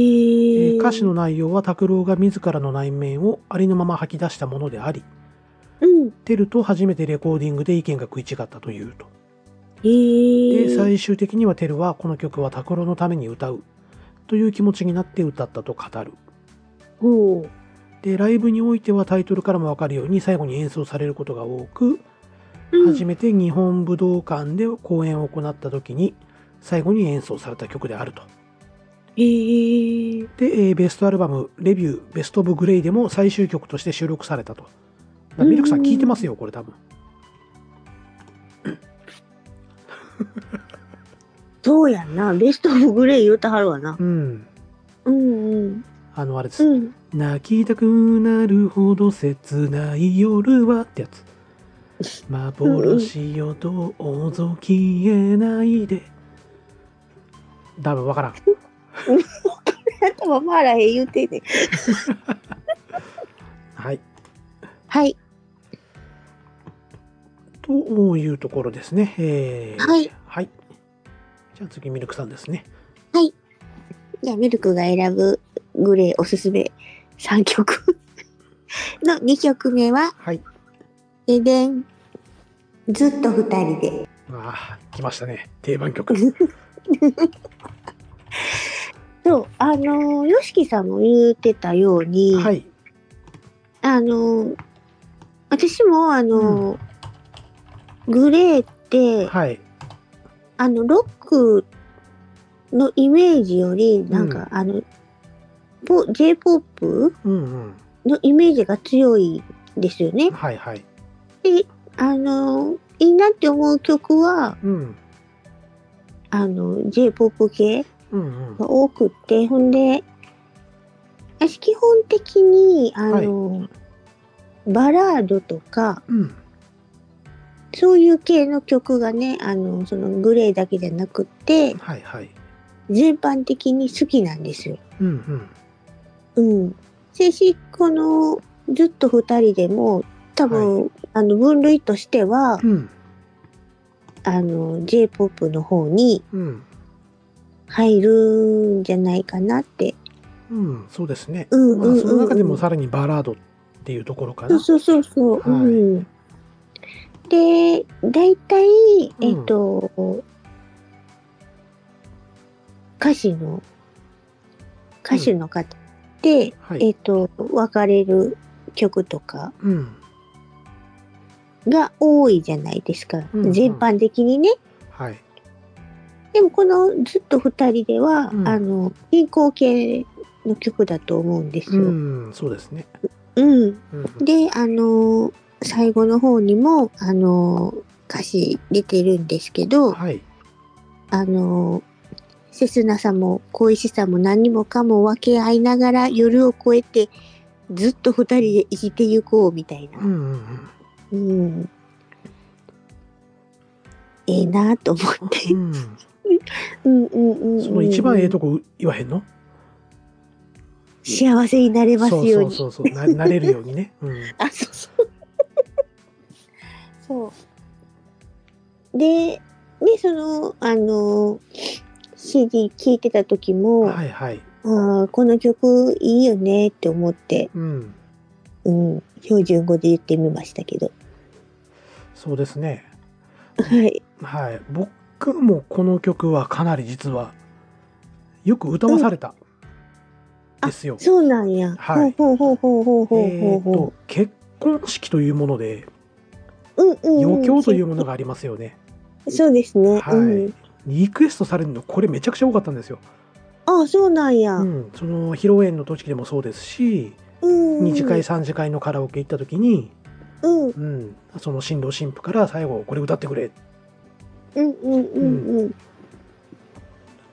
B: ー
A: ー、
B: 歌詞の内容は拓郎が自らの内面をありのまま吐き出したものであり
A: うん
B: テルと初めてレコーディングで意見が食い違ったというと
A: えー、
B: で最終的にはテルはこの曲は拓郎のために歌うという気持ちになって歌ったと語る
A: ほう
B: でライブにおいてはタイトルからも分かるように最後に演奏されることが多く
A: うん
B: 初めて日本武道館で公演を行った時に最後に演奏された曲であると
A: えー、
B: で、えーベストアルバム、レビュー、ベスト・オブ・グレイでも最終曲として収録されたと。だミルクさん聞いてますよ、これ多分。
A: そうやんなベスト・オブ・グレイ言うたはるわな
B: うん。
A: うんうん
B: あの、あれです。
A: うん
B: 泣きたくなるほど切ない夜はってやつ。幻よどうぞ消えないで。多分わからん。
A: 頭回らへん言うてんねん
B: はい。
A: はい
B: というところですね。えー
A: はい。
B: はい。じゃあ次、ミルクさんですね。
A: じゃあミルクが選ぶグレーおすすめ3曲 の2曲目は
B: はい。
A: 「エデン」ずっと2人で
B: ああ、来ましたね。定番曲。
A: そう、あのー、よしきさんも言ってたように、
B: はい。
A: あのー、私もあのー、グレーって、
B: はい。
A: あの、ロックのイメージより、なんか、あの、ポ J-POP
B: うんうん。
A: のイメージが強いんですよね。
B: はいはい。
A: で、あのー、いいなって思う曲は、
B: うん。
A: あの、J-POP 系
B: うんうん。
A: が多くって、ほんで、私基本的に、あの、バラードとか、
B: うん。
A: そういう系の曲がね、あの、そのグレーだけじゃなくて、
B: はいはい。
A: 全般的に好きなんですよ。
B: うんうん。
A: うん。せし、この、ずっと二人でも、多分、あの、分類としては、
B: うん
A: あの、J-POP の方に
B: うん。
A: 入るんじゃないかなって。
B: うん。そうですね。
A: うんうん
B: ま
A: うん、
B: あ、
A: うん。
B: その中でもさらにバラードっていうところか
A: そう
B: な。
A: そうそうそう。
B: はい
A: うん。で、大体、えっと、歌手の、歌手の方で、
B: は
A: え
B: い。
A: っと、別れる曲とか
B: うん。
A: が多いじゃないですか。
B: うんうん
A: 全般的にね。
B: はい。
A: でも、このずっと二人では、
B: うん
A: あの、銀行系の曲だと思うんです
B: う
A: よ。
B: ん。そうですね。
A: うん
B: うんうん。
A: で、あのー最後の方にも、あのー歌詞出てるんですけど、
B: はい。
A: あのー切なさも恋しさも何もかも分け合いながら夜を越えてずっと二人で生きてゆこうみたいな
B: う。んうんうん。
A: うん。ええなぁと思って。
B: うん。
A: うんうんうんうん。
B: その一番ええとこ言わへんの
A: 幸せになれます
B: そう
A: よう
B: そう
A: に。
B: そうそう。ななれるようにね。うん。
A: あ、そうそう。そう。で、ね、その、あの、CD 聴いてた時も、
B: はいはい。
A: ああ、この曲いいよねって思って、
B: うん。
A: うん、標準語で言ってみましたけど。
B: そうですね。
A: はい。
B: はい。僕もこの曲はかなり実はよく歌わされた。
A: あ
B: ですよ。
A: そうなんや。
B: はい
A: ほうほうほうほうほうほう
B: えー
A: ほうほ
B: と結婚式というもので
A: う。うんうんうん。
B: 余興というものがありますよね。
A: そうですね。
B: はい
A: うん。
B: リクエストされるのこれめちゃくちゃ多かったんですよ。
A: ああ、そうなんや。
B: う
A: うん。
B: ん、その披露宴の時でもそうですし、二次会三次会のカラオケ行った時に、
A: うん。
B: うん、その新郎新婦から最後これ歌ってくれっ
A: うんうんうんうん。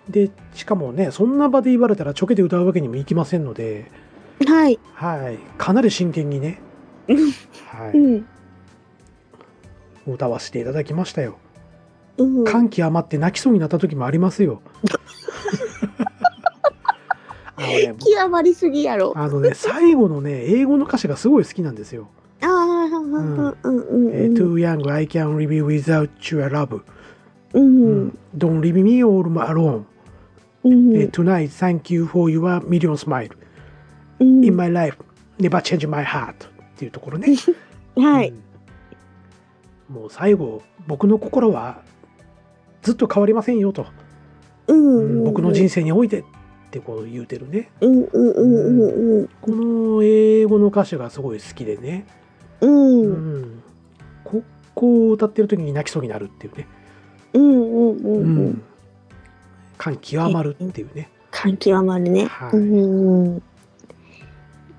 B: でしかもねそんな場で言われたらちょけて歌うわけにもいきませんので、
A: はい。
B: はい、かなり真剣にね、は
A: う
B: い、
A: ん。
B: 歌わせていただきましたよ
A: うん。
B: 感極まって泣きそうになった時もありますよあのね僕
A: 極まりすぎやろ。
B: あのね最後のね英語の歌詞がすごい好きなんですよ
A: ああ、うんうんうん
B: 「えー
A: うん
B: Too young I can live without your love、
A: う
B: うんん、Don't leave me all alone、
A: うん
B: えー Tonight thank you for your million smile
A: う
B: in
A: ん
B: my life never change my heart」っていうところね
A: はい。
B: うんもう最後僕の心はずっと変わりませんよと、
A: うんうんうん
B: 僕の人生においてってこう言うてるね
A: うんうんうんうんうん
B: この英語の歌詞がすごい好きでね、
A: うん
B: うんここを歌ってる時に泣きそうになるっていうね、
A: うんうん
B: う
A: うんうん
B: ん感極まるっていうね
A: 感極まるね。
B: は
A: う
B: い
A: んうんっ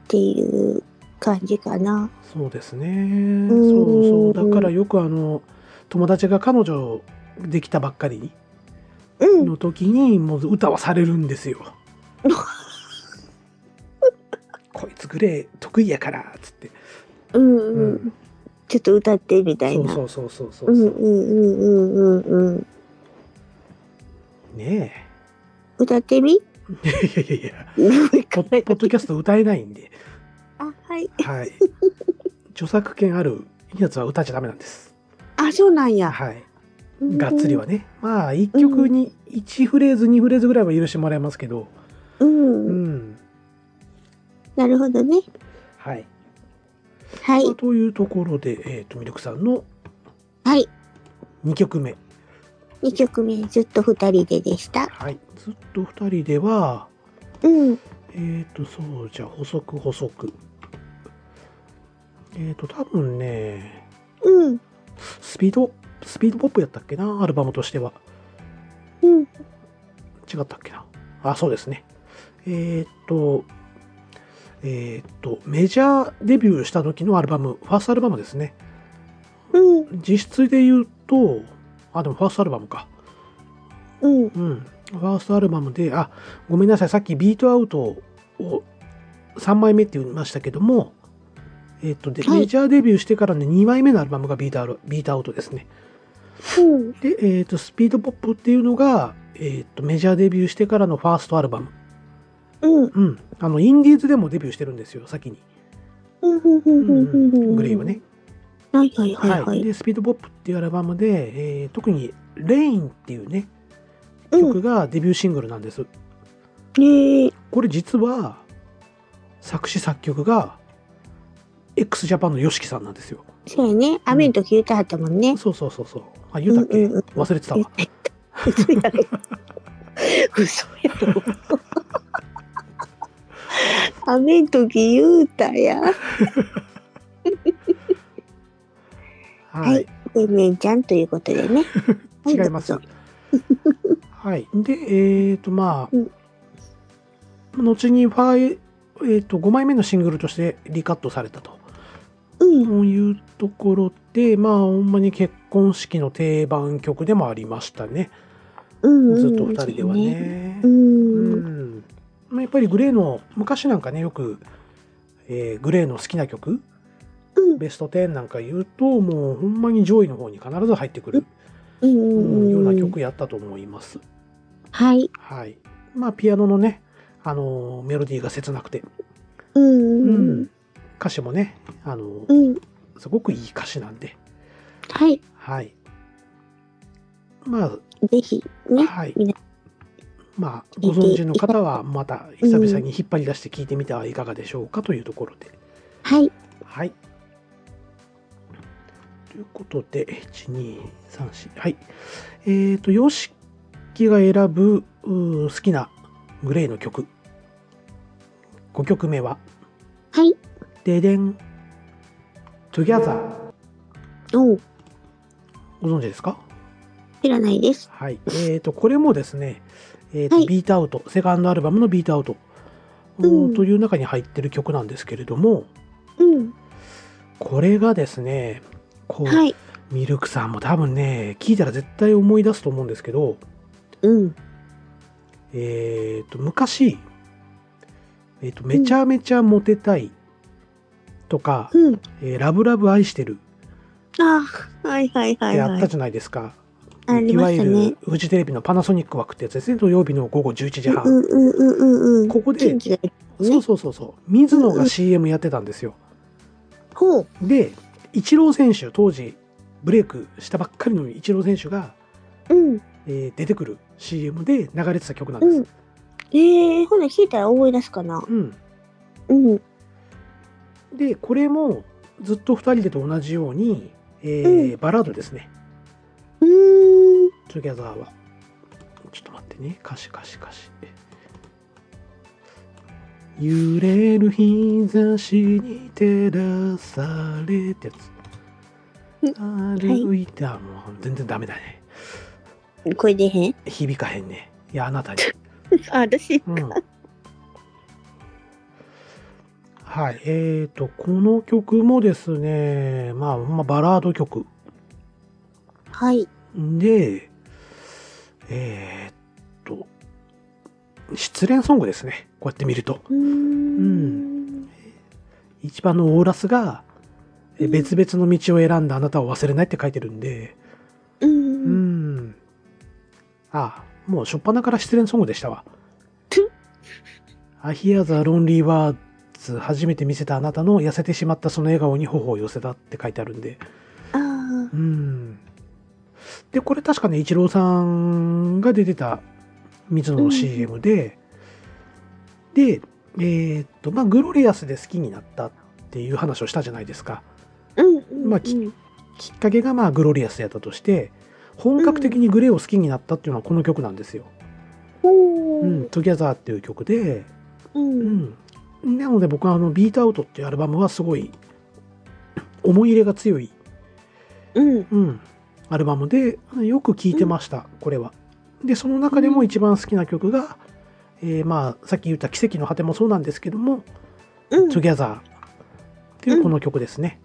A: ていう感じかな。
B: そうですねそうそうだからよくあの友達が彼女できたばっかり
A: うん。
B: の時にもう歌はされるんで すよ。こいつグレー得意やからっつって、
A: うん
B: う
A: うん。ちょっと歌ってみたいな。
B: そうそうそうそう
A: う
B: そ
A: ん
B: う、
A: うんうんうんうんうん。
B: ね
A: 歌って み
B: えいやいやいやポ
A: ポ
B: ッポッドキャスト歌えないんで、
A: あ、はい。
B: はい、著作権あるやつは歌っちゃダメなんです、
A: あ、そうなんや。
B: はい、
A: うん
B: がっつりは。ねまあ1曲に1フレーズ2フレーズぐらいは許してもらえますけど
A: う。
B: うんん
A: なるほどね。
B: はい、
A: はい
B: まあ。というところで、えー、とミルクさんの
A: はい。
B: 2曲目
A: 二曲目、ずっと二人ででした。
B: はい、ずっと2人では
A: うん。
B: えっ、と、そう、じゃあ、補足、補足。えっ、と、多分ね、
A: うん。
B: スピード、スピードポップやったっけな、アルバムとしては。
A: うん。
B: 違ったっけな。あ、そうですね。えっ、と、えっ、と、メジャーデビューした時のアルバム、ファーストアルバムですね。
A: うん。
B: 実質で言うと、あ、でもファーストアルバムか。
A: うん。
B: うん。ファーストアルバムで、あ、ごめんなさい、さっきビートアウトを3枚目って言いましたけども、えっとで
A: はい
B: メジャーデビューしてからね、2枚目のアルバムがビートアウトビートアウトですね。
A: うん。
B: で、えっとスピードポップっていうのが、えっとメジャーデビューしてからのファーストアルバム。
A: うん。
B: うん。あの、インディーズでもデビューしてるんですよ、先に。
A: うん。うん。う
B: う
A: ん。
B: ん
A: う
B: う
A: ん。うん
B: ん、グレイはね。。
A: はいはいはいはい。
B: で、スピードポップっていうアルバムで、えー特に、レインっていうね、
A: うん。
B: 曲がデビューシングルなんです。
A: ねえ。
B: これ実は作詞作曲が x ジャパンの YOSHIKI さんなんですよ。
A: そうやね。雨の時歌あったもんね。
B: そうそうそうそう。あ言うたっけ、
A: うんうんうん
B: 忘れてたわ。
A: 嘘やろ。嘘やろ。雨の時言うたや。
B: はい、
A: 天然ちゃんということでね。
B: 違います。
A: は
B: はい。でえっ、とまあ、
A: うん
B: 後にファイえっ、と5枚目のシングルとしてリカットされたと。
A: どうぞ。
B: いうところでまあほんまに結婚式の定番曲でもありましたね。
A: うん。うん。
B: ずっと2人ではね
A: う。。
B: うんんまあ、やっぱりグレーの昔なんかねよく、えーグレーの好きな曲
A: うん。
B: ベスト10なんか言うともうほんまに上位の方に必ず入ってくる、
A: う
B: うん
A: ん。
B: ような曲やったと思います。
A: はい。
B: はい、まあピアノのね、あのーメロディーが切なくて、
A: う
B: うん
A: ん。
B: 歌詞もね、あのー
A: うん。
B: すごくいい歌詞なんで、
A: はい。
B: はい、ま
A: ぜひ
B: あ、
A: ね。
B: はい
A: みんな、
B: まあ、ご存知の方はまた久々に引っ張り出して聞いてみてはいかがでしょうかというところで。
A: はい。
B: はい。ということで、1、2、3、4、はい。えっ、と、ヨシキが選ぶうー好きなグレーの曲。5曲目は、
A: はい。
B: ででん、Together。
A: おう。
B: ご存知ですか
A: 知らないです。
B: はい。えっ、と、これもですね、えーと
A: はい
B: ビートアウト、セカンドアルバムのビートアウト、
A: うん
B: という中に入ってる曲なんですけれども、
A: うん。
B: これがですね、こう、
A: はい。
B: ミルクさんも多分ね、聞いたら絶対思い出すと思うんですけど、
A: うん。
B: えっ、と、昔、えっ、と、めちゃめちゃモテたいとか、
A: うん。
B: えーラブラブ愛してる
A: ああ、はいはい
B: っ
A: は
B: て
A: い、
B: あ
A: は
B: った
A: い。
B: じゃないですか。
A: あり
B: い
A: ま
B: わ
A: し
B: ゆ
A: たね
B: る。フジテレビのパナソニック枠ってやつですね、土曜日の午後11時
A: うん
B: 半。
A: うんうんうんうん。
B: ここで
A: 近畿がいるね
B: そうそうそうそう、水野が CM やってたんですよ。
A: ほう。
B: で、イチロー選手、当時、ブレイクしたばっかりのイチロー選手が、
A: うん。
B: えー出てくる CM で流れてた曲なん
A: う
B: で
A: ん。ええー、ほな聞いたら思い出すかな
B: す。。うん。
A: うん。
B: で、これも、ずっと2人でと同じように、えーバラードですね。
A: うーん。
B: トゥギャザーは。ちょっと待ってね。歌詞歌詞歌詞。揺れる日差しに照らされってやつ。歩いた、もう全然ダメだね。
A: これでへん
B: 響かへんね。いや、あなたに。
A: あ、私。
B: うん。はい。えーと、この曲もですね、まあ、まあ、バラード曲。
A: はい。
B: で、えーっと、失恋ソングですね。こうやって見ると。
A: うーん。
B: 一番のオーラスが、え
A: うん
B: 別々の道を選んだあなたを忘れないって書いてるんで、
A: う。
B: うんーん。ああ、もう初っ端から失恋ソングでしたわ
A: トゥ。
B: アヒアザ・ロンリー・ワーズ初めて見せたあなたの痩せてしまったその笑顔に頬を寄せたって書いてあるんで、
A: ああ。
B: うん。で、これ確かね、イチローさんが出てた水野の CM で、で、えーっと、まあ、グロリアスで好きになったっていう話をしたじゃないですか。
A: うんうんうん。
B: まあききっかけが、まあ、グロリアスやったとして、本格的にグレーを好きになったっていうのはこの曲なんですよ。
A: ほ
B: う、。
A: うん
B: Together っていう曲で、
A: う。
B: うんん。なので僕はあの、ビートアウトっていうアルバムはすごい思い入れが強い、
A: うん。
B: うん、アルバムでよく聴いてました、これは。で、その中でも一番好きな曲が、えーまあ、さっき言った奇跡の果てもそうなんですけども、
A: うん。
B: Together っていううんこの曲ですね。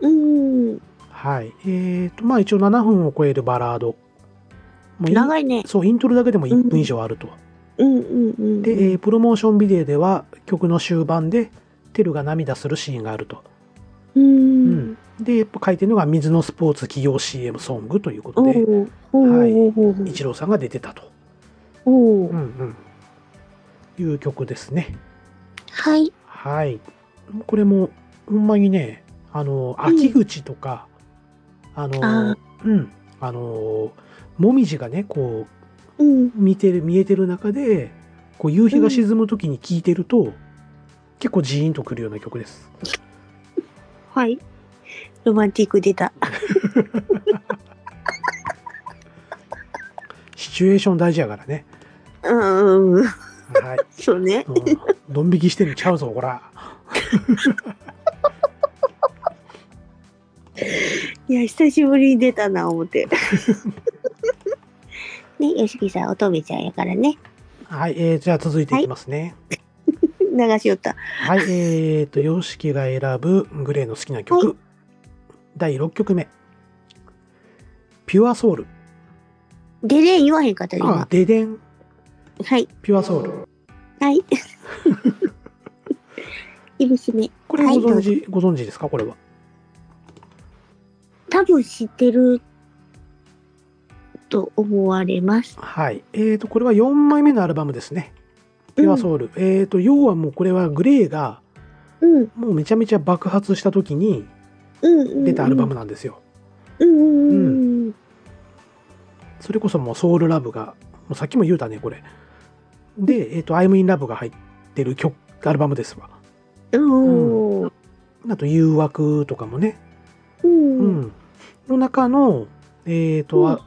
A: うん。
B: はい。えーと、まあ一応7分を超えるバラード。もうい
A: 長いね。
B: そう、イントロだけでも1分以上あると。
A: うんうんうん。
B: で、えープロモーションビデオでは曲の終盤で、テルが涙するシーンがあると。
A: う。
B: うんで、やっぱ書いてるのが水のスポーツ企業 CM ソングということ
A: お
B: で、
A: うおう
B: はい
A: おうおう
B: イチローさんが出てたと。
A: おう
B: うんうん、いう曲ですね。
A: はい。
B: はい。これも、ほんまにね、あの、
A: ん
B: 秋口とか、あの、
A: あ
B: うん、あの、もみじがね、こ
A: うん。
B: う、見てる、見えてる中で、こう、夕日が沈む時に聴いてると、結構ジーンとくるような曲です。
A: はい。ロマンティック出た。
B: シチュエーション大事やからね。
A: うんうん。
B: はい。
A: そうね。
B: うんドン引きしてんのちゃうぞ、ほら。
A: いや、久しぶりに出たな、思 って。ね、よしきさん、乙女ちゃんやからね。
B: はい、えーじゃあ続いていきますね。
A: 流しよった。
B: はい、えーと、ヨシキが選ぶグレーの好きな曲、
A: は
B: 第6曲目、ピュアソウル。
A: でれん言わへんかった、
B: あ
A: 今。、
B: デデン、
A: はい。
B: ピュアソウル。
A: はい。いぶしめ。
B: これ
A: は
B: ご
A: い
B: 存知、ご存知ですかこれは。
A: 多分知ってると思われます。
B: はい。えーと、これは4枚目のアルバムですね。ピュアソウル。えーと、要はもうこれはグレーが、
A: うん、
B: もうめちゃめちゃ爆発した時に
A: うん、うん。
B: 出たアルバム。なんですよ。
A: うん、うん、うん。
B: それこそもうソウルラブが、もうさっきも言うたね、これ。で、えーと、I'm in Love が入ってる曲、アルバムですわ。
A: うん。うん。
B: あと、誘惑とかもね、
A: うん。
B: う
A: うん。
B: ん、の中の、えーと
A: うん
B: あ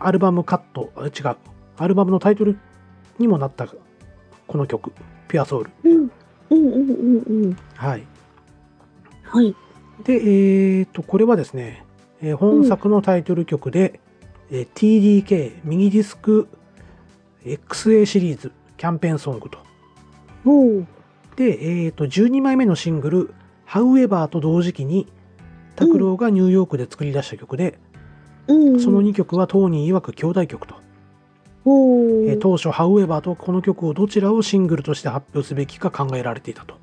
B: アルバムカットあ違うアルバムのタイトルにもなったこの曲「ピュアソウル
A: うん。うん。うん。うん。」
B: はい、
A: はい。
B: で、えー、とこれはですね、えー本作のタイトル曲で、えー TDK ミニディスク XA シリーズキャンペーンソングと
A: ほう。
B: で、えー、と12枚目のシングル「However」と同時期に拓郎がニューヨークで作り出した曲で、
A: うん。
B: その2曲は当人曰く兄弟曲と、
A: おー
B: えー当初「However」とこの曲をどちらをシングルとして発表すべきか考えられていたと、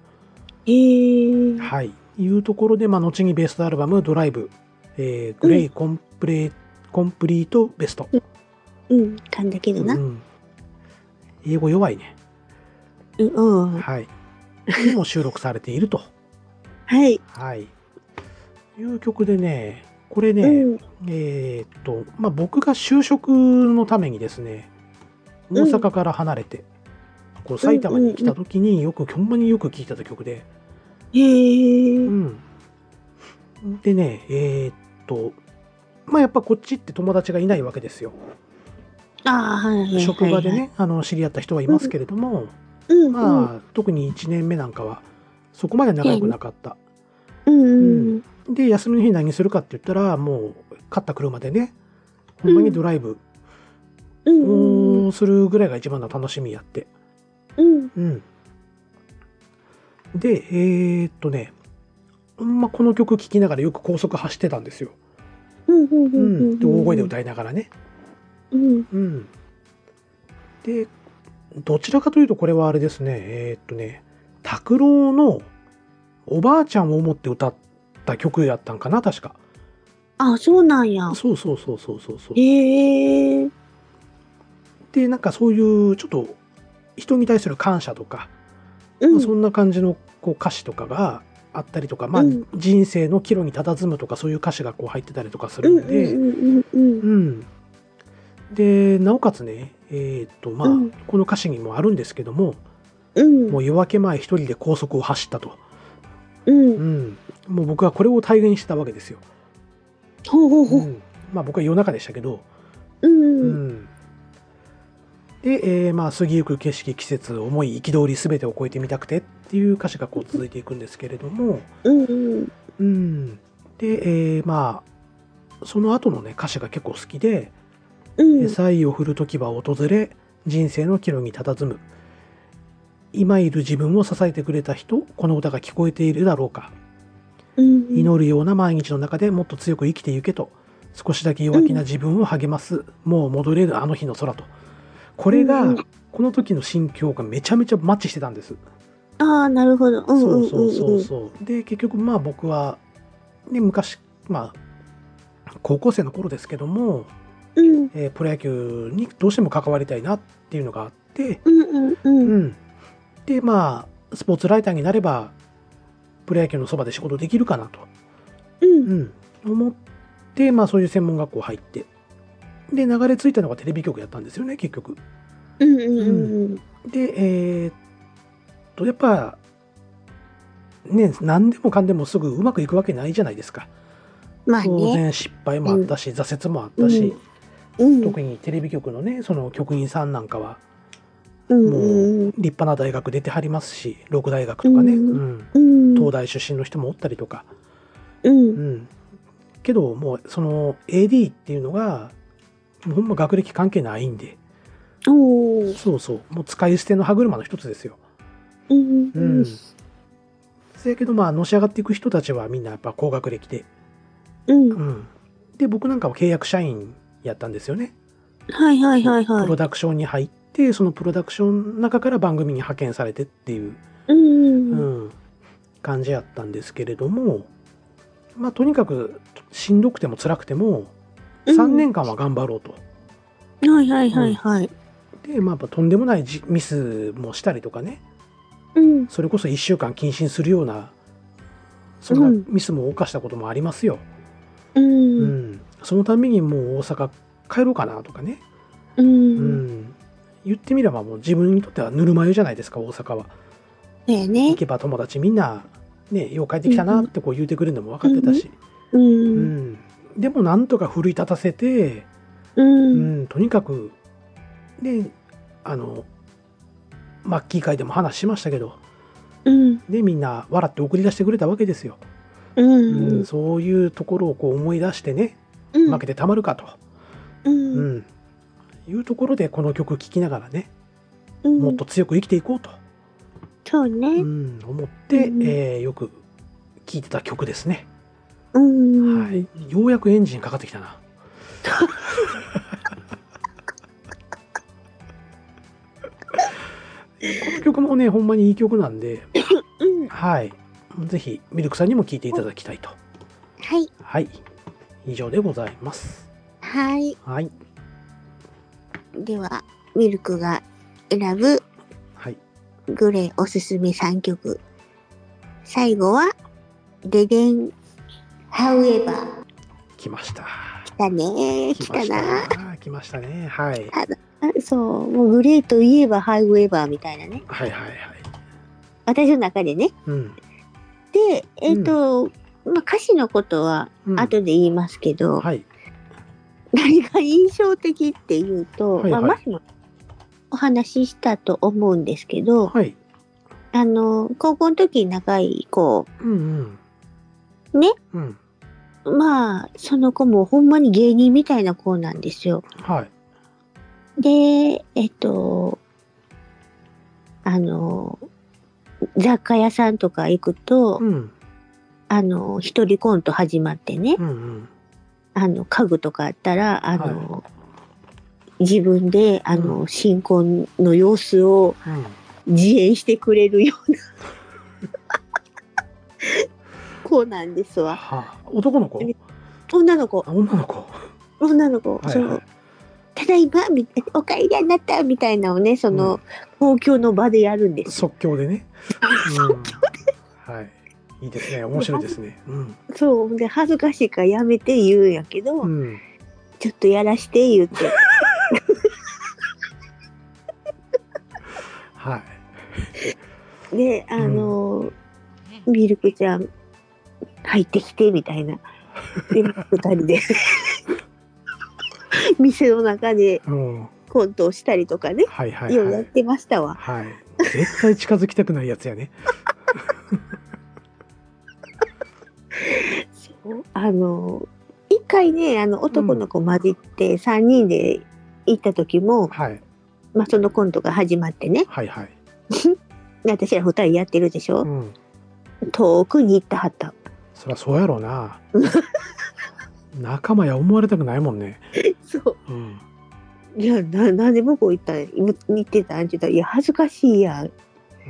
A: へー
B: はい、いうところで、まあ、後にベストアルバム「ドライブ」えーグレイコンプレ、コンプリートベスト」
A: うん。噛んだけど
B: う
A: な。
B: ん、英語弱いね、
A: うん。うん
B: はい、にも収録されていると、
A: はい。
B: はい、いう曲でねこれね、
A: うん。
B: えーっと、まあ、僕が就職のためにですね、大阪から離れて、こう埼玉に来た時によく、ほんまによく聴いてた曲で、
A: へ
B: う
A: ー
B: ん。でね、えーっと、まあ、やっぱこっちって友達がいないわけですよ。
A: ああ、はいはいはいはい。
B: 職場でね、あの、知り合った人はいますけれども、
A: うん。うん。
B: まあ、特に1年目なんかは、そこまで仲良くなかった。
A: うんうん。
B: で、休みの日何するかって言ったら、もう、買った車でね、ほんまにドライブ
A: うん。
B: をするぐらいが一番の楽しみやって。
A: うん。
B: うん。で、えーっとね、ほんまこの曲聴きながらよく高速走ってたんですよ。
A: うん。うん。
B: う。
A: うんん。
B: で、大声で歌いながらね。
A: うん。
B: うん。で、どちらかというとこれはあれですね、えーっとね、拓郎のおばあちゃんを思って歌った曲やったんかな、確か。
A: あ、そうなんや。
B: そうそうそうそうそうそう。
A: へえ。
B: で、なんかそういうちょっと人に対する感謝とか、
A: う
B: まあ
A: ん。
B: そんな感じのこう歌詞とかがあったりとか、まあ
A: うん、
B: 人生の岐路に佇むとかそういう歌詞がこう入ってたりとかす
A: う
B: る
A: ん。
B: んで、うん
A: うん。うん。うん。
B: でなおかつね、えーっとまあ
A: うん
B: この歌詞にもあるんですけども、
A: うん。
B: もう夜明け前一人で高速を走ったと、
A: うん。
B: うん、もう僕はこれを体現したわけですよ。
A: ほうほう
B: う
A: ほう。
B: んまあ、僕は夜中でしたけど、
A: う。
B: うんん、で、えーまあ「過ぎゆく景色季節思い憤り全てを超えてみたくて」っていう歌詞がこう続いていくんですけれども。
A: うん。うん。
B: うん、で、えーまあその後のね歌詞が結構好きで
A: うん。
B: 「才、を振る時は訪れ人生の岐路に佇む」「今いる自分を支えてくれた人この歌が聞こえているだろうか」
A: うん。
B: 祈るような毎日の中でもっと強く生きてゆけと」「少しだけ弱気な自分を励ます」もう戻れるあの日の空」と。これ
A: う
B: が
A: ん
B: この時の心境がめちゃめちゃマッチしてたんです。
A: ああ、なるほど。うんう
B: そ
A: ん
B: うそうそううん
A: うん。
B: そう。で、結局、まあ僕は、ね、昔、まあ、高校生の頃ですけども、
A: うん
B: えープロ野球にどうしても関わりたいなっていうのがあって、
A: うんう
B: うん
A: うん。
B: ん。で、まあ、スポーツライターになれば、プロ野球のそばで仕事できるかなと、
A: うん
B: うん、思って、まあそういう専門学校入って、で、流れ着いたのがテレビ局やったんですよね、結局。
A: うんうん
B: で、えーっと、やっぱ、ね、何でもかんでもすぐうまくいくわけないじゃないですか。
A: まあ
B: 当
A: ね。
B: 然失敗もあったし、挫折もあったし、
A: うん。
B: 特にテレビ局のねその局員さんなんかは
A: うん
B: も
A: うん
B: 立派な大学出てはりますし六大学とかね、う
A: うんうん。
B: 東大出身の人もおったりとか、
A: う。
B: うんん、けどもうその AD っていうのがもうほんま学歴関係ないんで
A: おー
B: そうそうもう使い捨ての歯車の一つですよ。
A: うん
B: う
A: うんん
B: そやけどまあのし上がっていく人たちはみんなやっぱ高学歴で、
A: うん。
B: うん、で僕なんかは契約社員やったんですよね。
A: はいはいはいは
B: プロ
A: い。
B: ダクションに入ってそのプロダクションの中から番組に派遣されてっていう、
A: うん
B: う
A: うん
B: ん、感じやったんですけれどもまあとにかくしんどくても辛くても
A: うん
B: 3年間は頑張ろうと。
A: はいはいはいはい。
B: でまあ、やっぱとんでもないじミスもしたりとかね
A: うん
B: それこそ1週間謹慎するようなそんな
A: うん
B: ミスも犯したこともありますよ。
A: う
B: うん
A: ん
B: そのためにもう大阪帰ろうかなとかね、
A: う。
B: うんん、言ってみればもう自分にとってはぬるま湯じゃないですか大阪は。
A: だよね
B: 行。けば友達みんな、ね、よう帰ってきたなってこう言うてくれるのも分かってたし、
A: う
B: うん
A: ん
B: でもなんとか奮い立たせて、
A: う
B: うん
A: ん
B: とにかくであのマッキー会でも話しましたけど
A: うん
B: でみんな笑って送り出してくれたわけですよ、
A: う
B: うん
A: うん。
B: そういうところをこう思い出してね負けてたまるかと、
A: う
B: うん
A: ん
B: いうところでこの曲聴きながらね
A: うん。
B: もっと強く生きていこうと、
A: そう
B: う
A: ね。
B: ん思って、
A: うん
B: えーよく聴いてた曲ですね。
A: うーん。
B: はい、ようやくエンジンかかってき たな。この曲もね、ほんまにいい曲なんで、
A: うん。
B: はい。ぜひ、ミルクさんにも聴いていただきたいと。
A: はい。
B: はい。以上でございます。
A: はい。
B: はい。
A: では、ミルクが選ぶ
B: はい。
A: グレーおすすめ3曲。最後は、デデン、ハウエバー。
B: 来ました。
A: だねー。来
B: 来ま
A: た
B: し
A: なー。
B: たな。来ましたね。はい。
A: そう。もうグレーといえばハウエバーみたいなね。
B: はいはいはい。
A: 私の中でね。
B: うん。
A: で、えっ、と、まあ歌詞のことは
B: うん
A: 後で言いますけど、
B: はい。
A: 何が印象的っていうと、
B: はいはい
A: まあ、前もお話ししたと思うんですけど、
B: はい。
A: あの、高校の時に仲いい子、
B: うんうん。
A: ね
B: うん。
A: まあ、その子もほんまに芸人みたいな子なんですよ。
B: はい。
A: で、えっと、あの、雑貨屋さんとか行くと、
B: うん。
A: あの、一人コント始まってね、
B: うんうん。
A: あの、家具とかあったら、あの、自分で、あの、新婚の様子を
B: うん。
A: 自演してくれるよ うな子なんですわ。
B: はあ、男の子
A: え女の子、
B: あ女の子。
A: 女の子、
B: はい
A: そ
B: は
A: う
B: い。。
A: ただいま、みお帰りになった、みたいなのをね、その、
B: うん
A: 公共の場でやるんです。
B: 即興 でね。うんはい。いいですね。面白いですね。うん。
A: そう。で、恥ずかしいからやめて言うんやけど、
B: うん。
A: ちょっとやらして言って。
B: はい。
A: で、あの、ミルクちゃん、入ってきて、みたいな。で、二人 で。店の中で
B: うん。は
A: コントをしたりとかね。
B: いはい
A: ようや
B: は
A: っ
B: い。
A: てましたわ。
B: はい。絶対近づきたくないやつやね。
A: そうあの、一回ね、あの、男の子混じって三人で行った時も、
B: はい。
A: まあ、そのコントが始まってね。
B: はいはい。
A: で私ら二人やってるでしょ
B: う。ん。
A: 遠くに行ったはった。
B: そりゃそうやろうな。仲間や思われたくないもんね。
A: そう。
B: うん。
A: いや、な、なんで向こう行ったん行ってたんって言ったら、いや、恥ずかしいやん。
B: う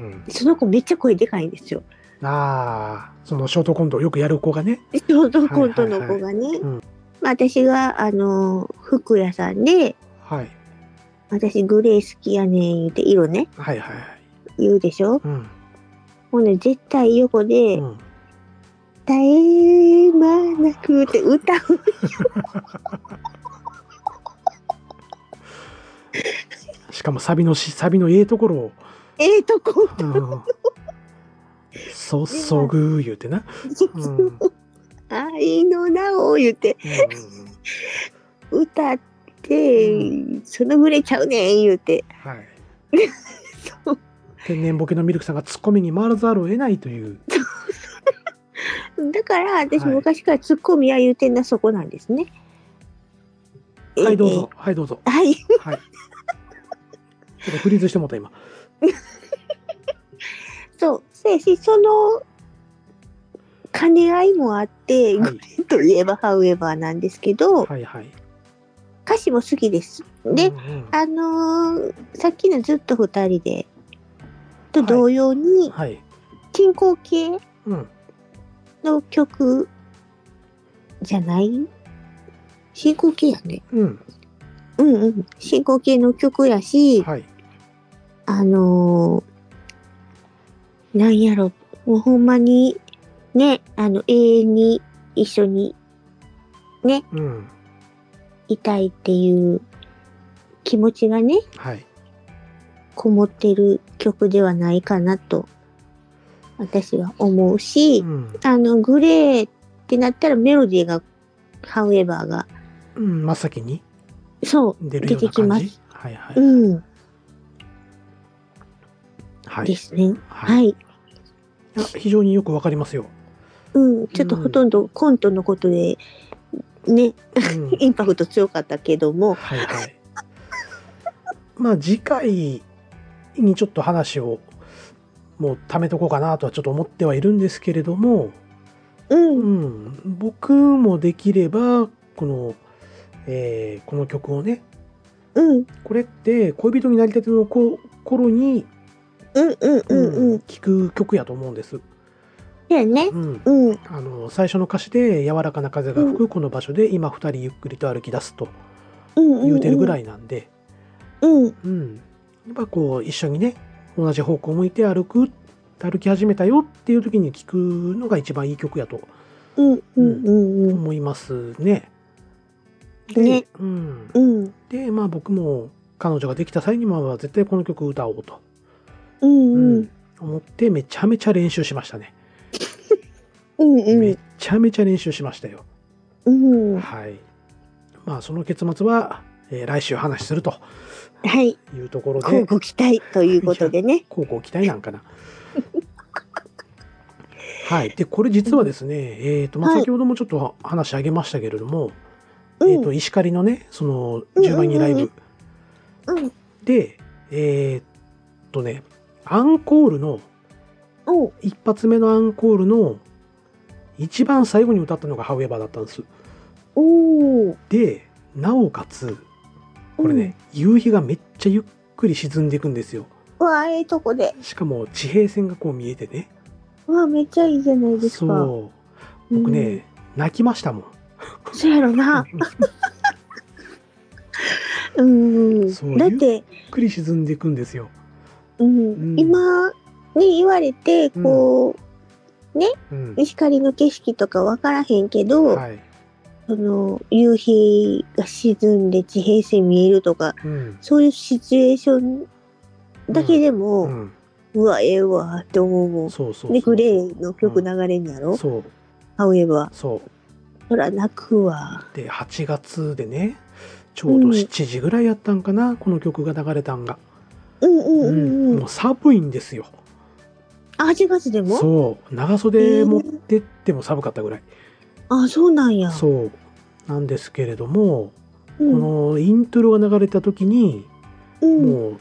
B: ん。
A: その子めっちゃ声でかいんですよ。
B: ああ、そのショートコントをよくやる子がね。
A: そうそう、コントの子がね。
B: うん
A: まあ、私が、あの、服屋さんで、
B: はい。
A: 私グレー好きやねん言って、色ね、
B: はいはいはい。
A: 言うでしょ
B: うん。
A: ほんで、絶対横で、
B: うん。
A: 絶え間なくって歌う。
B: しかもサビのし、サビのええところを。
A: ええとこ、
B: うん。そそぐ言うてな。うん。うん
A: 愛の名を言って、歌って、
B: う
A: そのぐらいちゃうねん言うて。
B: はい。
A: そう
B: 天然ボケのミルクさんがツッコミに回らざるを得ないという。
A: だから私
B: はい
A: 昔からツッコミは言うてんなそこなんですね。
B: はい、どうぞ。はい、どうぞ。
A: えー。はい。
B: はい。ちょっとフリーズしてもうた、今。
A: そう。せやし、その、兼ね合いもあって、
B: はい。
A: といえばハウエバーなんですけど、
B: はい、はい。
A: 歌詞も好きです。で、
B: うんうん
A: あのーさっきのずっと二人で、と
B: はい
A: 同様に、
B: はい。
A: 進行形
B: うん。
A: の曲じゃない進行形やね。
B: うん。
A: うんうん。進行形の曲やし、
B: はい。
A: あのーなんやろ、もうほんまに、ね、あの、永遠に一緒に
B: うん。
A: いたいっていう気持ちがね、
B: はい。
A: こもってる曲ではないかなと、私は思うし、
B: うん。
A: あの、グレーってなったらメロディーが、ハウエバーが、
B: うん、真っ先に
A: そ
B: 出るような感
A: 出て
B: じ。はい、は
A: う、
B: い。
A: うん、
B: は
A: で
B: い。
A: すね。
B: は。
A: はいい。
B: あ非常によくわかりますよ。
A: うん、ちょっとほとんどコントのことで、ね、
B: うん。
A: インパクト強かったけども、
B: はいはい。 まあ次回にちょっと話をもう貯めとこうかなとはちょっと思ってはいるんですけれども、
A: う。
B: うんん、僕もできればこの、えーこの曲をね
A: うん。
B: これって恋人になりたてのこ頃に、
A: うん。うん。うん。うん。
B: 聴く曲やと思うんです、
A: だよね
B: う。ん、
A: うん。
B: あの最初の歌詞で「柔らかな風が吹くこの場所で今二人ゆっくりと歩き出す」と
A: うん。
B: 言うてるぐら
A: い。
B: いなんで、
A: うん。
B: うん、やっぱこう一緒にね同じ方向向いて歩く歩き始めたよっていう時に聴くのが一番いい曲やと
A: うん。うん。うん。
B: 思いますね。で
A: ね
B: うん、
A: うん。
B: でまあ僕も彼女ができた際には絶対この曲歌おうと、
A: うん。うん。
B: 思ってめちゃめちゃ練習しましたね、
A: うん。う
B: め
A: ん。
B: ちゃめちゃ練習しましたよ、
A: うん。は
B: はいまあその結末は、えー来週話しすると
A: い。
B: いうところ
A: こう
B: で
A: ご期待ということでね。
B: 高校期待なんか なはいでこれ実はですね、えーとまあ、
A: はい
B: 先ほどもちょっと話あげましたけれども、
A: うん
B: えー、と石狩のねその
A: うんうんうん
B: 10番にライブ、
A: うん。
B: でえーっとねアンコールの
A: おう。
B: 一発目のアンコールの一番最後に歌ったのが「ハウエバー」だったんです
A: おう。
B: でなおかつこれね、夕日がめっちゃゆっくり沈んでいくんですよ
A: うん。うわ、ええとこで。
B: しかも地平線がこう見えてね
A: うわ、めっちゃいいじゃないですか。
B: そう僕
A: うん。
B: ね、泣きましたもん
A: そうやろな。うん。
B: そう
A: だって、
B: ゆっくり沈んでいくんですよ、
A: うん
B: うん
A: 今ね言われてこ
B: うん
A: う、光の景色とか分からへんけど、
B: はい、
A: その夕日が沈んで地平線見えるとか
B: うん
A: そういうシチュエーションだけでも、う
B: うん、
A: わええわって思うもん。
B: そうそうそう
A: でグレーの曲流れんやろ、
B: そう
A: ハウエバ
B: そう
A: ーそら泣くわ。
B: で8月でねちょうど
A: うん
B: 7時ぐらいやったんかな、この曲が流れたんが、
A: うんうんうんうん。
B: もう寒いんですよ
A: あ8月でも
B: そう長袖持ってっても寒かったぐらい、
A: あそうなんや。
B: そうなんですけれども、
A: うん
B: このイントロが流れた時に、
A: うん
B: もう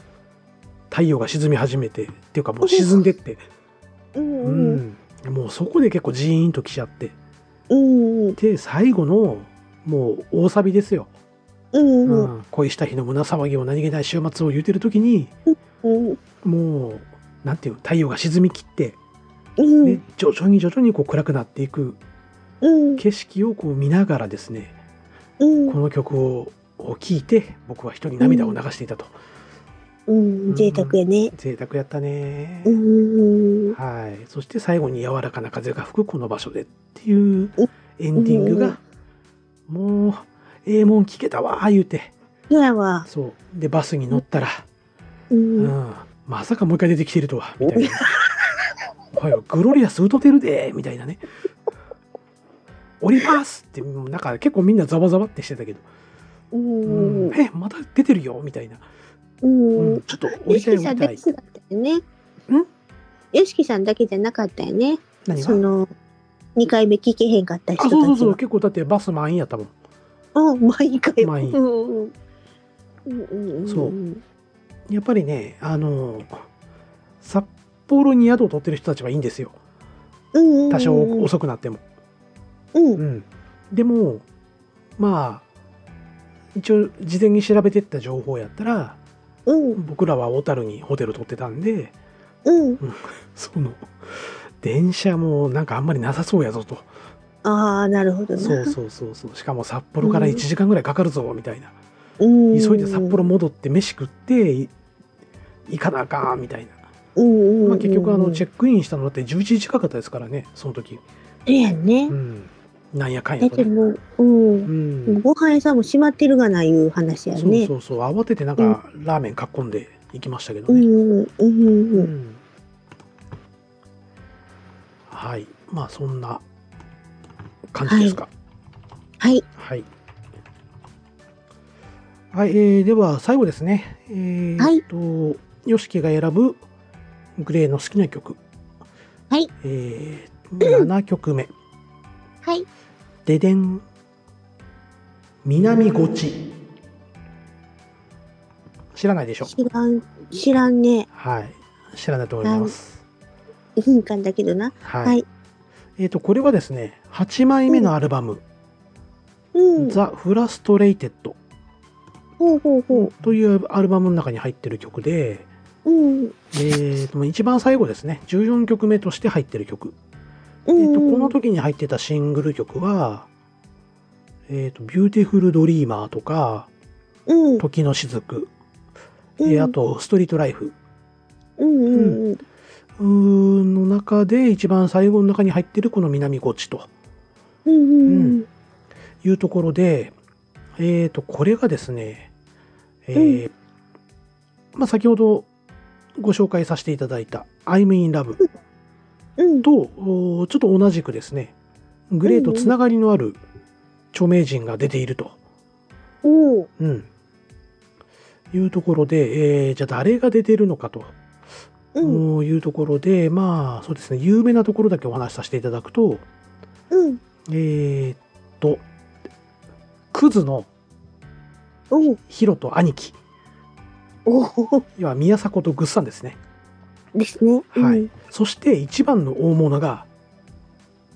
B: 太陽が沈み始めてっていうかもう沈んでって、
A: うん
B: う
A: うん
B: んもうそこで結構ジーンときちゃって
A: うんうん
B: で最後のもう大サビですよ、
A: うん
B: う
A: うん
B: 恋した日の胸騒ぎを何気ない週末を言うてる時に
A: ん
B: もうなんていうの太陽が沈みきって、
A: うん
B: ね、徐々に徐々にこう暗くなっていく
A: うん
B: 景色をこう見ながらですね
A: うん
B: この曲を聴いて僕は人に涙を流していたと、
A: うん、贅沢やね。
B: 贅沢やったね、
A: うん。
B: はいそして最後に柔らかな風が吹くこの場所でっていうエンディングが、もうええもん聞けたわー言うて
A: そうやわ。
B: そうでバスに乗ったら、
A: う
B: うん
A: ん。
B: まさかもう一回出てきてるとはみたいな「おいグロリアス歌てるで」みたいなね「降ります!」ってもうなんか結構みんなざわざわってしてたけど
A: う
B: 「
A: ん。
B: えまた出てるよ」みたいな、
A: うん。
B: うん
A: よ
B: ちょっと降り
A: した
B: い
A: き
B: 降
A: さ
B: り
A: ん
B: た
A: だ
B: い
A: け」じゃなかったよね。んよしきさんだけじゃなかったよね。
B: 何
A: そ
B: が
A: の、2回目聞けへんかった人
B: あ
A: たち
B: そうそうそう
A: は。
B: 結構だってバス満員やったもん
A: うん、毎回。
B: 満員
A: うん。うんうん。。
B: そうんやっぱりねあの札幌に宿を取ってる人たちはいいんですよ
A: うん。
B: 多少
A: う
B: 遅くなっても、
A: ん。
B: うん、でもまあ一応事前に調べてった情報やったら
A: うん。
B: 僕らは小樽にホテル取ってたんで
A: うん。
B: その電車もなんかあんまりなさそうやぞと
A: ああ、なるほど
B: そ
A: な。
B: うそうそうそうしかも札幌から
A: うん
B: 1時間ぐらいかかるぞみたいな、
A: うん。
B: 急いで札幌。戻って飯食ってい行かなあかんみたいな、
A: うんうん。
B: まあ、結局あのチェ
A: ック。
B: ックインしたのだって11時近かったですからねその時、
A: そうやね
B: う。ん、なんやかん
A: だ
B: や
A: っ
B: と
A: て
B: ね、
A: もう、うんも
B: う。、
A: うんご飯屋さんも閉まってるがないう話やね。
B: そうそうそう慌ててなんかラーメンかっこんで行きましたけど
A: う
B: ね、
A: んうんうんうん
B: はいまあそんな感じですか
A: はい
B: はい、はいえーでは最後ですねえー
A: はい
B: と YOSHIKI が選ぶグレーの好きな曲
A: はい
B: えー、7曲目
A: はい
B: 「ででん南ごち」知らないでしょ
A: 知らん知らんね
B: はい知らないと思います
A: 1分間だけどな
B: はい、
A: はい
B: えっ、と、これはですね、8枚目のアルバム、
A: うん。
B: ザ・フラストレイテッド
A: ほうほうほ
B: というアルバムの中に入ってる曲で、
A: う。うん。
B: えー、と一番最後ですね14曲目として入ってる曲、
A: う
B: えー、とこ
A: ん。
B: の時に入ってたシングル曲は「えー、とビューティフル・ドリーマー」とか
A: う
B: 「
A: ん。
B: 時の雫」
A: うん
B: えーあと「ストリート・ライフ
A: うんうんうん。」
B: うーんの中で一番最後の中に入ってるこの「南ゴチ」と
A: うんうん
B: いうところで、えー、とこれがですね、えーまあ、先ほどご紹介させていただいた「I'm in love」
A: うん。
B: とおーちょっと同じくですねグレーとつながりのある著名人が出ていると、
A: おお。
B: うん、いうところで、えーじゃあ誰が出てるのかと
A: うん。
B: おーいうところで、まあそうですね有名なところだけお話しさせていただくと
A: うん。
B: えーっとクズの
A: おお。
B: ヒロと兄貴
A: おお。
B: 要は宮迫とグッサンですね、
A: ですね。
B: は
A: う
B: い
A: ん。
B: そして一番の大物が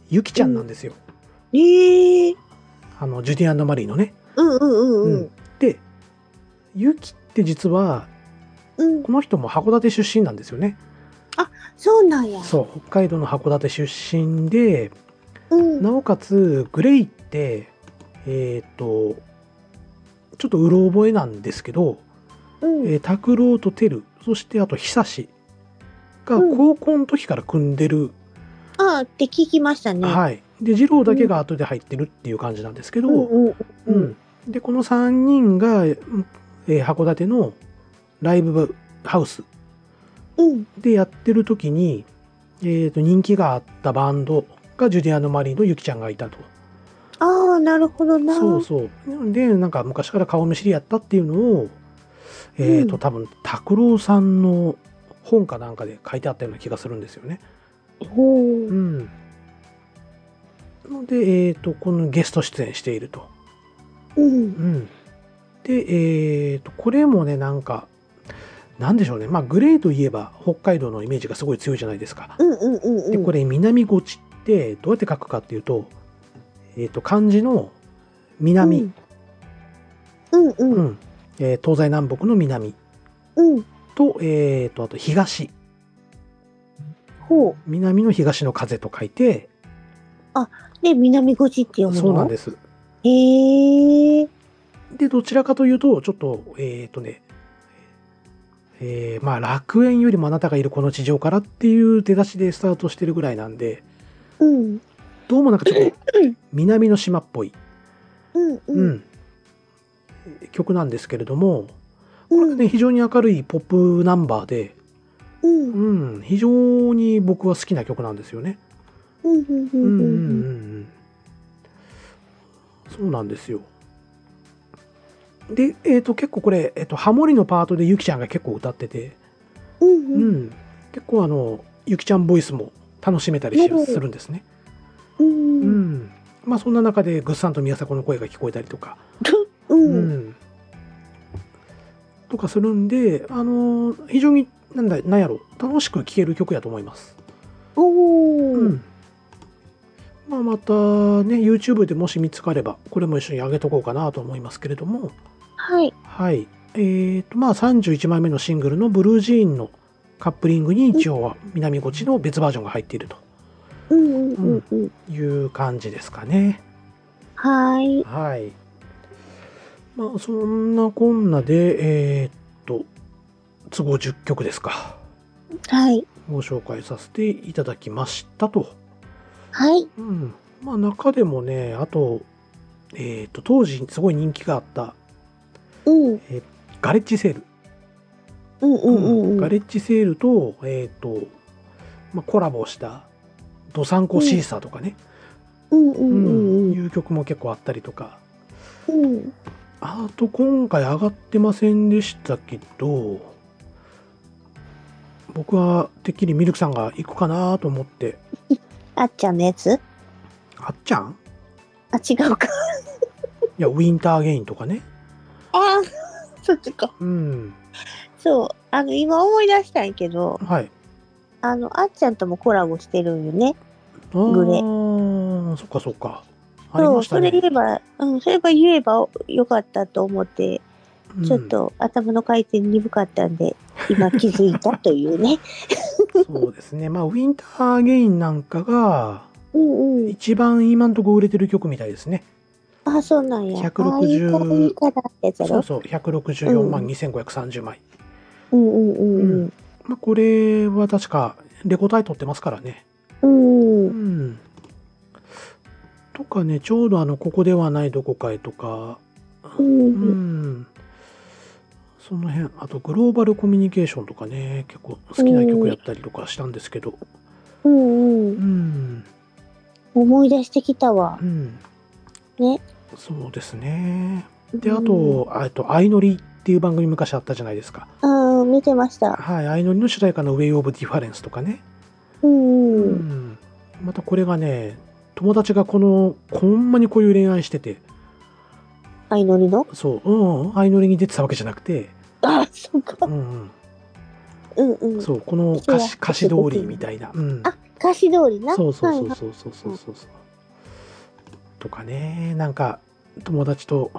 B: ゆきちゃんなんですよ、
A: ええ。
B: あのジュディアンド・マリーのね
A: うんうんうんうん。
B: でユキって実は
A: うん。
B: この人も函館出身なんですよね
A: そうなんや。
B: そう北海道の函館出身で
A: うん。
B: なおかつグレイってえっ、とちょっとうろ覚えなんですけど
A: うん。
B: えー拓郎、とテルそしてあと久志が
A: うん
B: 高校の時から組んでる、
A: ああって聞きましたね。
B: はいで二郎だけが後で入ってるっていう感じなんですけど、
A: うんうんう
B: うんん、でこの3人が、えー函館のライブハウス
A: うん
B: でやってる時に、えー、と人気があったバンドがジュディアンド・マリーのゆきちゃんがいたと
A: ああなるほどな。
B: そうそうでなんか昔から顔見知りやったっていうのをえっ、と、
A: うん
B: 多分拓郎さんの本かなんかで書いてあったような気がするんですよね
A: ほう
B: う。んのでえっ、とこのゲスト出演していると
A: うん
B: うんでえっ、とこれもねなんかなんでしょうねまあグレーといえば北海道のイメージがすごい強いじゃないですか
A: うんうんうんうん。
B: でこれ南ゴチってどうやって書くかっていうと,、えー、と漢字の南、
A: うんう
B: うん
A: ん
B: えー東西南北の南
A: うん
B: と,、えー、とあと東
A: ほう。
B: 南の東の風と書いて
A: で南越って読むの。
B: そうなんです
A: す。へえ。
B: でどちらかというとちょっとえっ、とねえーまあ楽園よりもあなたがいるこの地上からっていう出だしでスタートしてるぐらいなんで
A: うん
B: どうもなんかちょっと南の島っぽい、
A: うん
B: う
A: うん
B: ん、曲なんですけれども
A: うん
B: ね、非常に明るいポップナンバーで、
A: うんうん
B: うん、非常に僕は好きな曲なんですよね。
A: うんうんう
B: うんうんうん
A: ん
B: うん、そうなんですよ。で、えー、と結構これ、えー、とハモリのパートでゆきちゃんが結構歌ってて、
A: うん
B: う
A: うん
B: ん、結構あのゆきちゃんボイスも楽しめたりし
A: うん
B: するんですね。
A: う
B: うんんまあ、そんな中でぐっさんと宮迫の声が聞こえたりとか、
A: うん
B: う
A: うん
B: んとかするんで、あのー非常になんだなんやろ楽しく聴ける曲やと思います。
A: おー
B: まあ、またね YouTube でもし見つかればこれも一緒に上げとこうかなと思いますけれども
A: はい
B: はいえーとまあ31枚目のシングルの「ブルージーン」のカップリングに一応は南越の別バージョンが入っていると
A: うんうんうんうん
B: いう感じですかね。
A: はい
B: はい。まあ、そんなこんなで、えーっと、都合10曲ですか。
A: はい
B: ご紹介させていただきましたと。
A: はい
B: うん。まあ、中でもね、あと、えーっと、当時すごい人気があった、
A: うん
B: ガレッジセール。
A: うんうんうん
B: ガレッジセールと、えーっと、まあ、コラボした、ドサンコシーサーとかね、
A: うんうん
B: う
A: うんうん
B: いう曲も結構あったりとか、
A: うん
B: あと今回上がってませんでしたけど僕はてっきりミルクさんが行くかなと思って
A: あっちゃんのやつ
B: あっちゃん
A: あ違うか
B: いやウィンターゲインとかね
A: あーそっちか
B: うん
A: そうあの今思い出したんやけど
B: はい
A: あのあっちゃんともコラボしてるんよねグレ
B: ー。そっかそっか。あり
A: そ
B: ま
A: う、
B: した
A: そ
B: ね。
A: れ言えば、うん、それば言えばよかったと思って、
B: うん
A: ちょっ。と頭の回転鈍かったんで、今気づいたという ね。
B: そうですね。まあ、ウィンターゲインなんかが、
A: うんうん。
B: 一番今んとこ売れてる曲みたいですね。
A: あ、そうなんや。
B: 160
A: あいいからいいからってやつや
B: そう
A: ろ。
B: そう、164万2530枚。
A: うんうんうんうん。
B: まあ、これは確か、レコ大取ってますからね。
A: うん
B: う
A: うん。
B: ん。とかね、ちょうどあの、ここではないどこかへとか、
A: う
B: うんん。その辺、あとグローバルコミュニケーションとかね、結構好きな曲やったりとかしたんですけど、
A: うんう。
B: うんん。
A: 思い出してきたわ
B: う。ん。
A: ね。
B: そうですね。で、あと、あえっと、相乗りっていう番組昔あったじゃないですか。
A: うん、あー見てました。
B: はい、相乗りの主題歌の Way of Difference とかね。
A: うんう。
B: うんん、またこれがね友達がこのほんまにこういう恋愛してて
A: 相乗りの
B: そううん相乗りに出てたわけじゃなくて、
A: あ、そうか
B: う。ん
A: うんう
B: うん、
A: ん。
B: そうこの歌詞歌詞通りみたいな、うん、
A: あ、歌詞通りな。
B: そうそう
A: はい
B: そう
A: はい
B: そうそうそうそうそうとかねなんか友達と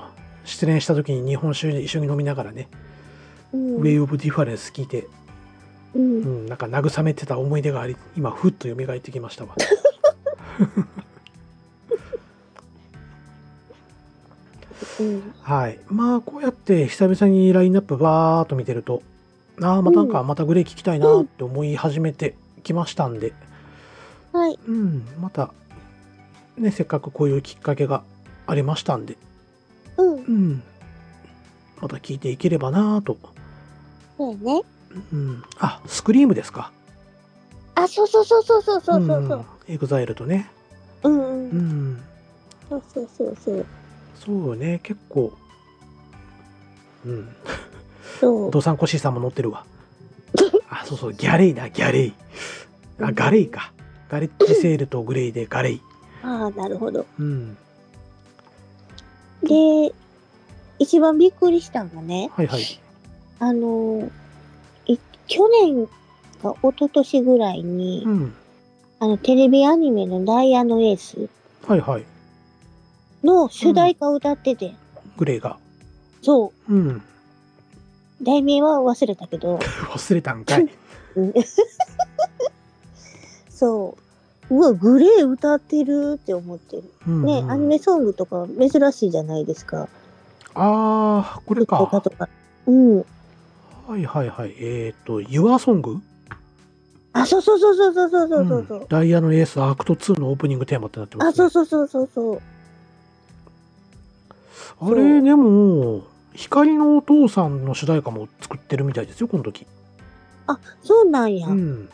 B: 失恋した時に日本酒一緒に飲みながらね
A: う
B: 「
A: ん
B: Way of Difference」聞いて、
A: うん
B: う。ん、なんか慰めてた思い出があり今ふっと蘇ってき ましたわ
A: うん
B: はいまあこうやって久々にラインナップバーっと見てるとああまたなんかまたグレー聞きたいなーって思い始めてきましたんで、
A: はい。
B: うん、また、ね、せっかくこういうきっかけがありましたんで、
A: うん。
B: うん、また聞いていければなぁと。
A: そうやね。
B: うん、あ、スクリームですか。
A: あ、そうそうそうそうそうそうそうそう。
B: エグザイルとね。
A: うん
B: う
A: うん。
B: ん、
A: そうそうそうそう。
B: そうよね、結構。うん、
A: そう。
B: ドサンコシーさんも乗ってるわ。あ、そうそう、ギャレイな、ギャレイ。あ、ガレイか。ガレッジセールとグレイでガレイ。
A: ああ、なるほど。
B: うん。
A: で、一番びっくりしたのがね、
B: はいはい。
A: あのー、い去年か一昨年ぐらいに、
B: うん。
A: あの、テレビアニメのダイヤのエース
B: はいはい。
A: の主題歌を歌ってて、
B: グレイが。
A: そ
B: うん。
A: う、題名は忘れたけど、
B: 忘れたんかい。
A: うん そう、うわ、グレー歌ってるって思ってる。
B: うん
A: ね、
B: うん
A: アニメソングとか珍しいじゃないですか。
B: ああ、これか。
A: 歌とか。うん。
B: はいはいはい。えっ、と、Your Song?
A: あ、そうそうそうそうそうそうそうそう。
B: うんダイヤのエースアクト2のオープニングテーマってなってます、ね。
A: あ、そうそうそうそうそう。
B: あれ、でも、光のお父さんの主題歌も作ってるみたいですよ、この時。
A: そうなんや。
B: うん。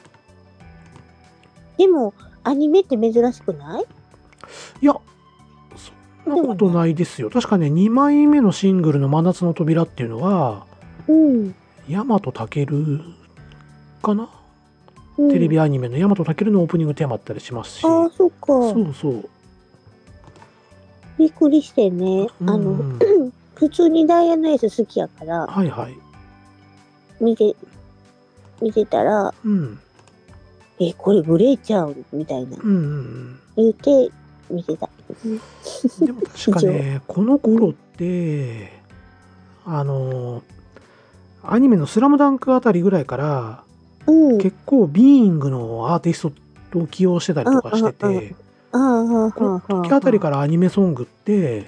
A: でも、アニメって珍しくない
B: いや、そんなことないですよ。確かね、2枚目のシングルの真夏の扉っていうのは、
A: うん。
B: ヤマトタケルかな、
A: うん
B: テレビアニメのヤマトタケルのオープニングテーマだったりしますし。
A: ああ、そっ
B: そ
A: か。
B: うそう。
A: びっくりしてね。あの、
B: うん
A: 普通にダイヤのエース好きやから、
B: はいはい。
A: 見て、見てたら、
B: うん。
A: え、これグレーちゃうみたいな。
B: うんうんうん。
A: 言うて、見てた。
B: でも確かね、この頃って、あの、アニメのスラムダンクあたりぐらいから、
A: うん。
B: 結構ビーイングのアーティストを起用してたりとかし
A: う
B: て
A: んうんう
B: て、
A: ああ、は
B: この
A: あ、は
B: 時あたりからアニメソングって、
A: うん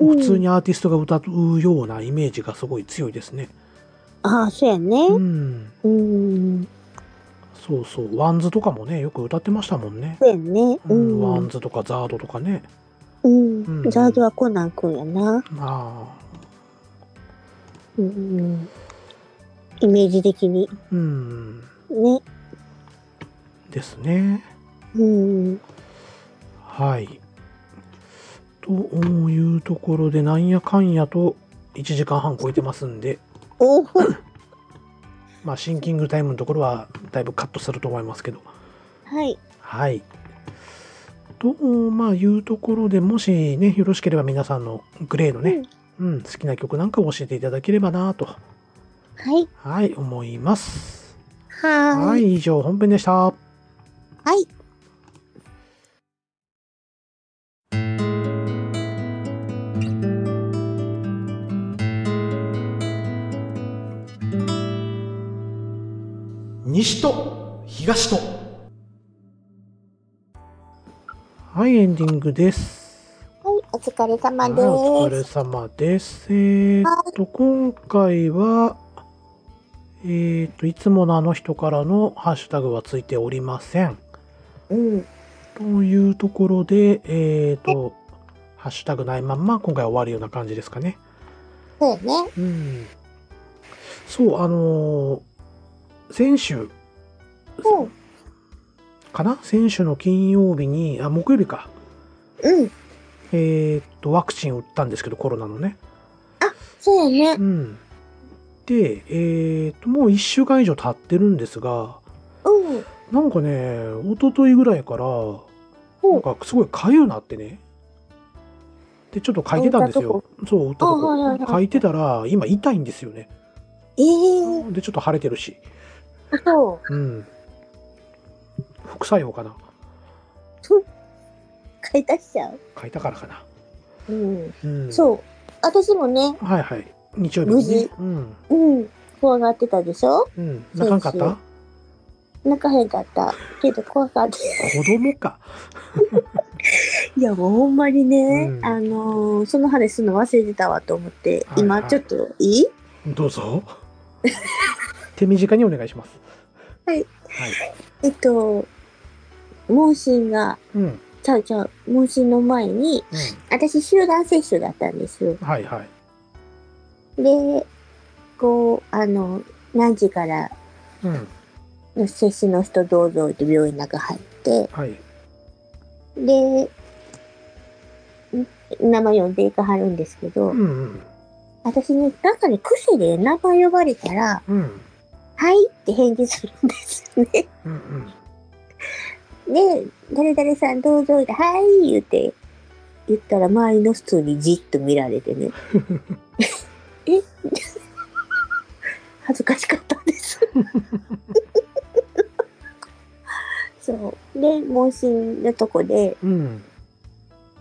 B: 普通にアーティストが歌うようなイメージがすごい強いですね。
A: ああ、そうやね。
B: うん。
A: うん。
B: そうそう。ワンズとかもね、よく歌ってましたもんね。
A: そうやね。う
B: うん、ワン
A: ん。
B: ズとかザードとかね。
A: うん
B: うん。
A: ザードはコナン君やな。
B: ああ。
A: うん。イメージ的に。
B: うん。
A: ね。
B: ですね。
A: うん。
B: はい。というところで、なんやかんやと1時間半超えてますんで、
A: おお。
B: まあ、シンキングタイムのところはだいぶカットすると思いますけど。
A: はい。
B: はい。と、まあ、いうところでもしね、よろしければ皆さんのグレーのね、うん、好きな曲なんかを教えていただければなと、
A: はい。
B: はい、思います。
A: はー
B: はい、以上、本編でした。
A: はい。
D: 西と東と
B: はい、エンディングです。
A: はい、お疲れ様
B: はい
A: で
B: お疲
A: す。
B: れ様です。えーっと、今回は、えーっと、いつものあの人からのハッシュタグはついておりません。
A: うん。
B: というところで、えーっと、ハッシュタグないまんま今回は終わるような感じですかね。
A: そうよね。
B: うん。そう、あのー先週
A: うん。
B: かな先週の金曜日に、あ、木曜日か。
A: うん。
B: えーっと、ワクチンを打ったんですけど、コロナのね。
A: そうよね。
B: うん、で、えーともう1週間以上経ってるんですが
A: うん。
B: なんかね一昨日ぐらいからなんかすごい痒うなってねでちょっと書いてたんですよそう打った
A: あはいは
B: と
A: いは
B: こ
A: い
B: 書いてたら今痛いんですよね
A: ええ
B: でちょっと腫れてるし
A: ー、そう。
B: うん副作用かな
A: 買い足しちゃう。
B: 書いたからかな
A: うん。
B: うん
A: そう。私もね、
B: はいはい日曜日
A: 無
B: にね
A: 事
B: うん
A: うん。怖がってたでしょ
B: うん泣かんかっ
A: そう
B: た
A: 泣かへんかった。けど怖かった。
B: 子供か
A: いや、もうほんまにね、
B: うん
A: あのーその話するの忘れてたわと思って、
B: はいはい
A: 今ちょっといい
B: どうぞ手短にお願いします
A: はい
B: はい
A: えっと、問診が、
B: うん、うん
A: ちゃうちゃう、問診の前に、私集団接種だったんですよ。
B: はいはい。
A: で、こう、あの、何時から
B: うん、
A: の接種の人どうぞって病院の中入って、
B: はい。
A: で、ん名前呼んでいかはるんですけど、
B: うんうん、
A: 私ね、なんかね、癖で名前呼ばれたら、
B: うん、
A: はいって返事するんですよね。
B: うん、うん。
A: で、誰々さんどうぞ、はい言って、言ったら周りの人にじっと見られてね。え恥ずかしかったんです。そう。で、問診のとこで、
B: うん、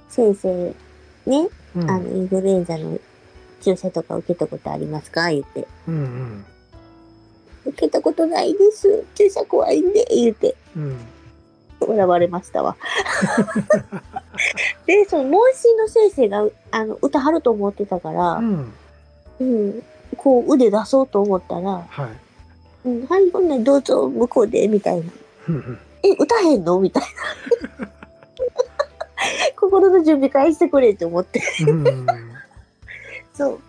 A: 先生、ね、
B: うん、
A: あの、インフルエンザの注射とか受けたことありますか言って。
B: うん、うん、
A: 受けたことないです。注射怖いんで、言って。
B: うん、
A: 笑われましたわ。で、その問診の先生があの歌はると思ってたから
B: う、ん、
A: うん、こう腕出そうと思ったら、
B: は
A: う
B: い。
A: ん、はい、ほんならどうぞ向こうで、みたいな。
B: うんうん
A: え、歌へんのみたいな。心の準備返してくれって思って。
B: うんうん、
A: そう。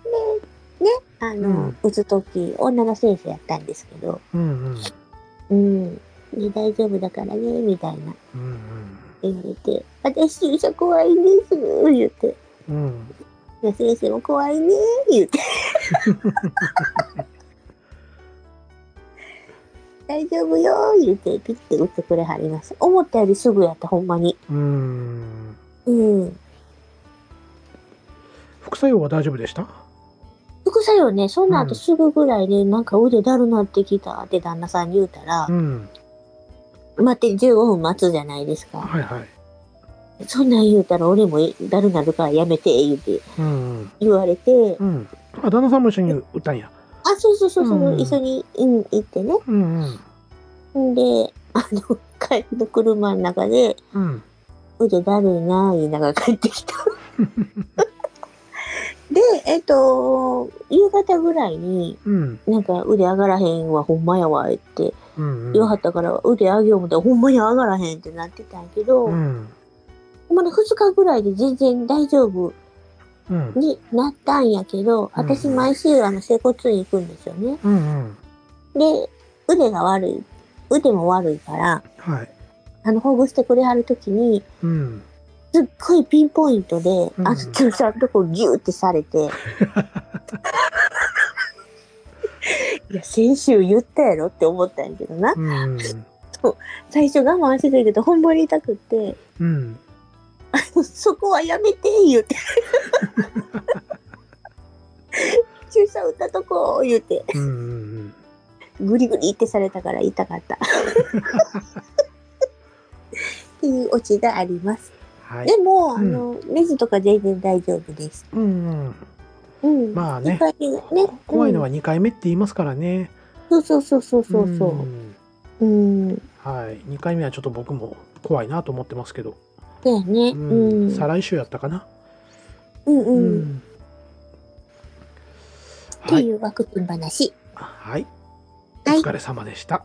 A: で、ね、あ
B: う
A: の
B: ん、
A: 打つとき、女の先生やったんですけど、
B: うん、う
A: う
B: ん、
A: ん、ね、大丈夫だからね、みたいな。
B: うん、
A: 言って、私、注射怖いんです、言って。
B: うん、
A: 先生も怖いねー言 って。大丈夫よー言ってピッて打ってくれはります。思ったよりすぐやったほんまに。
B: うん。
A: うん。
B: 副作用は大丈夫でした
A: 副作用ね、その後
B: うん
A: すぐぐらいで、なんか腕だるなってきたって旦那さんに言うたら
B: う、ん、
A: 待って15分待つじゃないですか。
B: はいはい。
A: そんなん言うたら俺もだるなるからやめて言うて
B: うん、うん
A: 言われて、
B: うん。あ、旦那さんも一緒に打ったんや。
A: あ、そうそうそうそう、
B: うん
A: 一緒に、うん、行ってね。
B: うん、うん、
A: んで、あの、 帰りの車の中で、
B: うん、
A: 腕だるいなぁ言いながら帰って きた。で、えっと、夕方ぐらいに、
B: うん、
A: なんか腕上がらへんわ、ほんまやわ、って
B: うん。
A: 言わはったから、腕上げよう思ったら、ほんまに上がらへんってなってたんやけど、
B: う
A: ほん
B: ん、
A: まに2日ぐらいで全然大丈夫
B: うん、
A: になったんやけど、
B: うん
A: 私毎週あの、整骨院行くんですよね。
B: うん、うん。
A: で、腕が悪い、腕も悪いから、
B: はい。
A: あの、ほぐしてくれはるときに、
B: うん。
A: すっごいピンポイントで、
B: うん
A: あの注射のとこギューってされ て。いや、先週言ったやろって思ったんやけどな。
B: うん、
A: 最初我慢してたけど、ほんまに痛くって、
B: うん。
A: そこはやめて言う て。注射打ったとこ言うて、
B: うん、うん。
A: グリグリってされたから痛か った。っていうオチがあります。
B: はい。
A: でも、
B: うん
A: あの、レジとか全然大丈夫です。
B: うん、うん。
A: うん。
B: まあね
A: いっぱいね。
B: 怖いの
A: は
B: は2回目って言いますからね。
A: そうそうそうそうそうそう。
B: ん
A: うん。
B: はい、2回目はちょっと僕も怖いなと思ってますけど、
A: だよね。
B: う
A: うんん。
B: 再来週やったかな、
A: うんう。
B: うん
A: っ
B: は
A: てい
B: い、
A: う枠分話。
B: はい、お
A: はい。お
B: 疲れ様でした、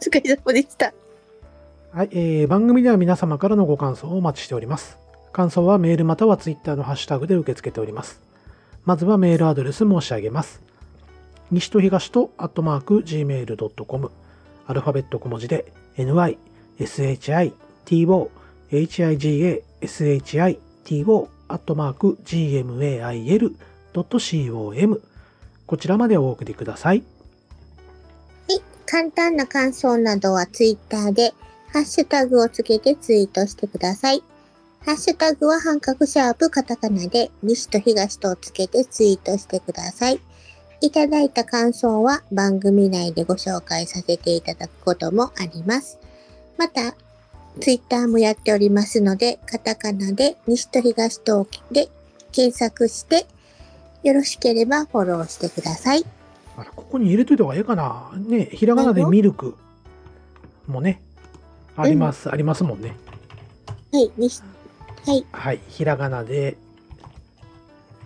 A: 疲れ様でした。
B: はいえー番組では皆様からのご感想をお待ちしております感想はメールまたはツイッターのハッシュタグで受け付けておりますまずはメールアドレス申し上げます西と東とアットマーク gmail.com アルファベット小文字で nyshito.higasHITO アットマーク gmail.com こちらまでお送りください。
A: 簡単な感想などはツイッターで、ハッシュタグをつけてツイートしてください。ハッシュタグは半角シャープカタカナで、西と東とをつけてツイートしてください。いただいた感想は番組内でご紹介させていただくこともあります。また、ツイッターもやっておりますので、カタカナで西と東とで検索して、よろしければフォローしてください。
B: あらここに入れといた方がいいかな。ねひらがなでミルクもね、あります、ありますもんね。
A: はい、西、はい、
B: はい、ひらがなで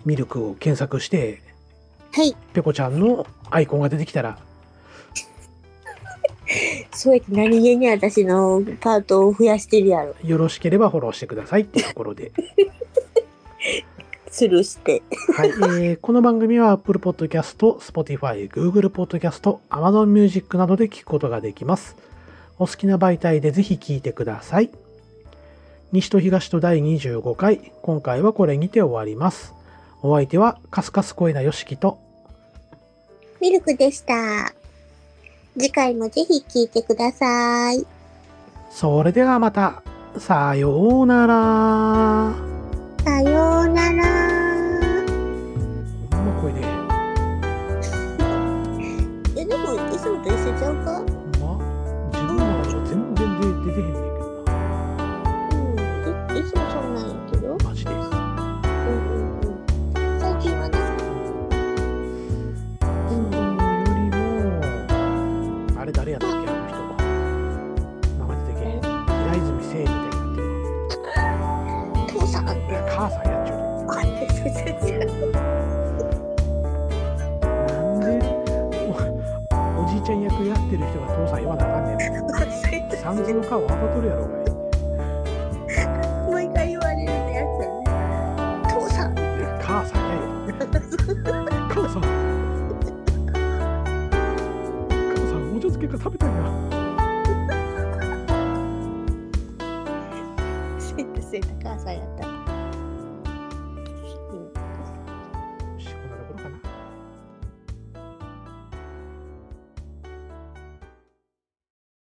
B: ミルクを検索して、
A: はい。
B: ペコちゃんのアイコンが出てきたら、
A: そうやって何気に私のパートを増やしてるやろ。
B: よろしければフォローしてくださいっていうところで。
A: スルーして。
B: はい、 えーこの番組は Apple Podcast、Spotify、Google Podcast、Amazon Music などで聞くことができます。お好きな媒体でぜひ聞いてください。西と東と第25回、今回はこれにて終わります。お相手はカスカス声なよしきと、
A: ミルクでした。次回もぜひ聞いてください。
B: それではまた、さようなら。
A: さようなら。
B: こんな声で、
A: え、でも、いつもと一緒ちゃうか
B: ほんま自分の中では全然出てへんねんけどな。
A: うん。いいつもそんなんやけど。
B: マジで。
A: うんうんうん。最近はね。
B: そうよりもあれ誰やったっけあの人名前出てけへん平泉聖みたいになってる
A: 父さんあっ
B: いや母さんやっちゃ
A: あれ、そうそうそう。
B: うなんでおおじいちゃん役やってる人が父さん言わなあかんねん三蔵の顔あばとるやろお
A: 毎回言われるやつやね。父さ ん。
B: 前いや母さんやよ母さん母さんお茶漬けが食べたいな
A: せいたせいた母さんやった。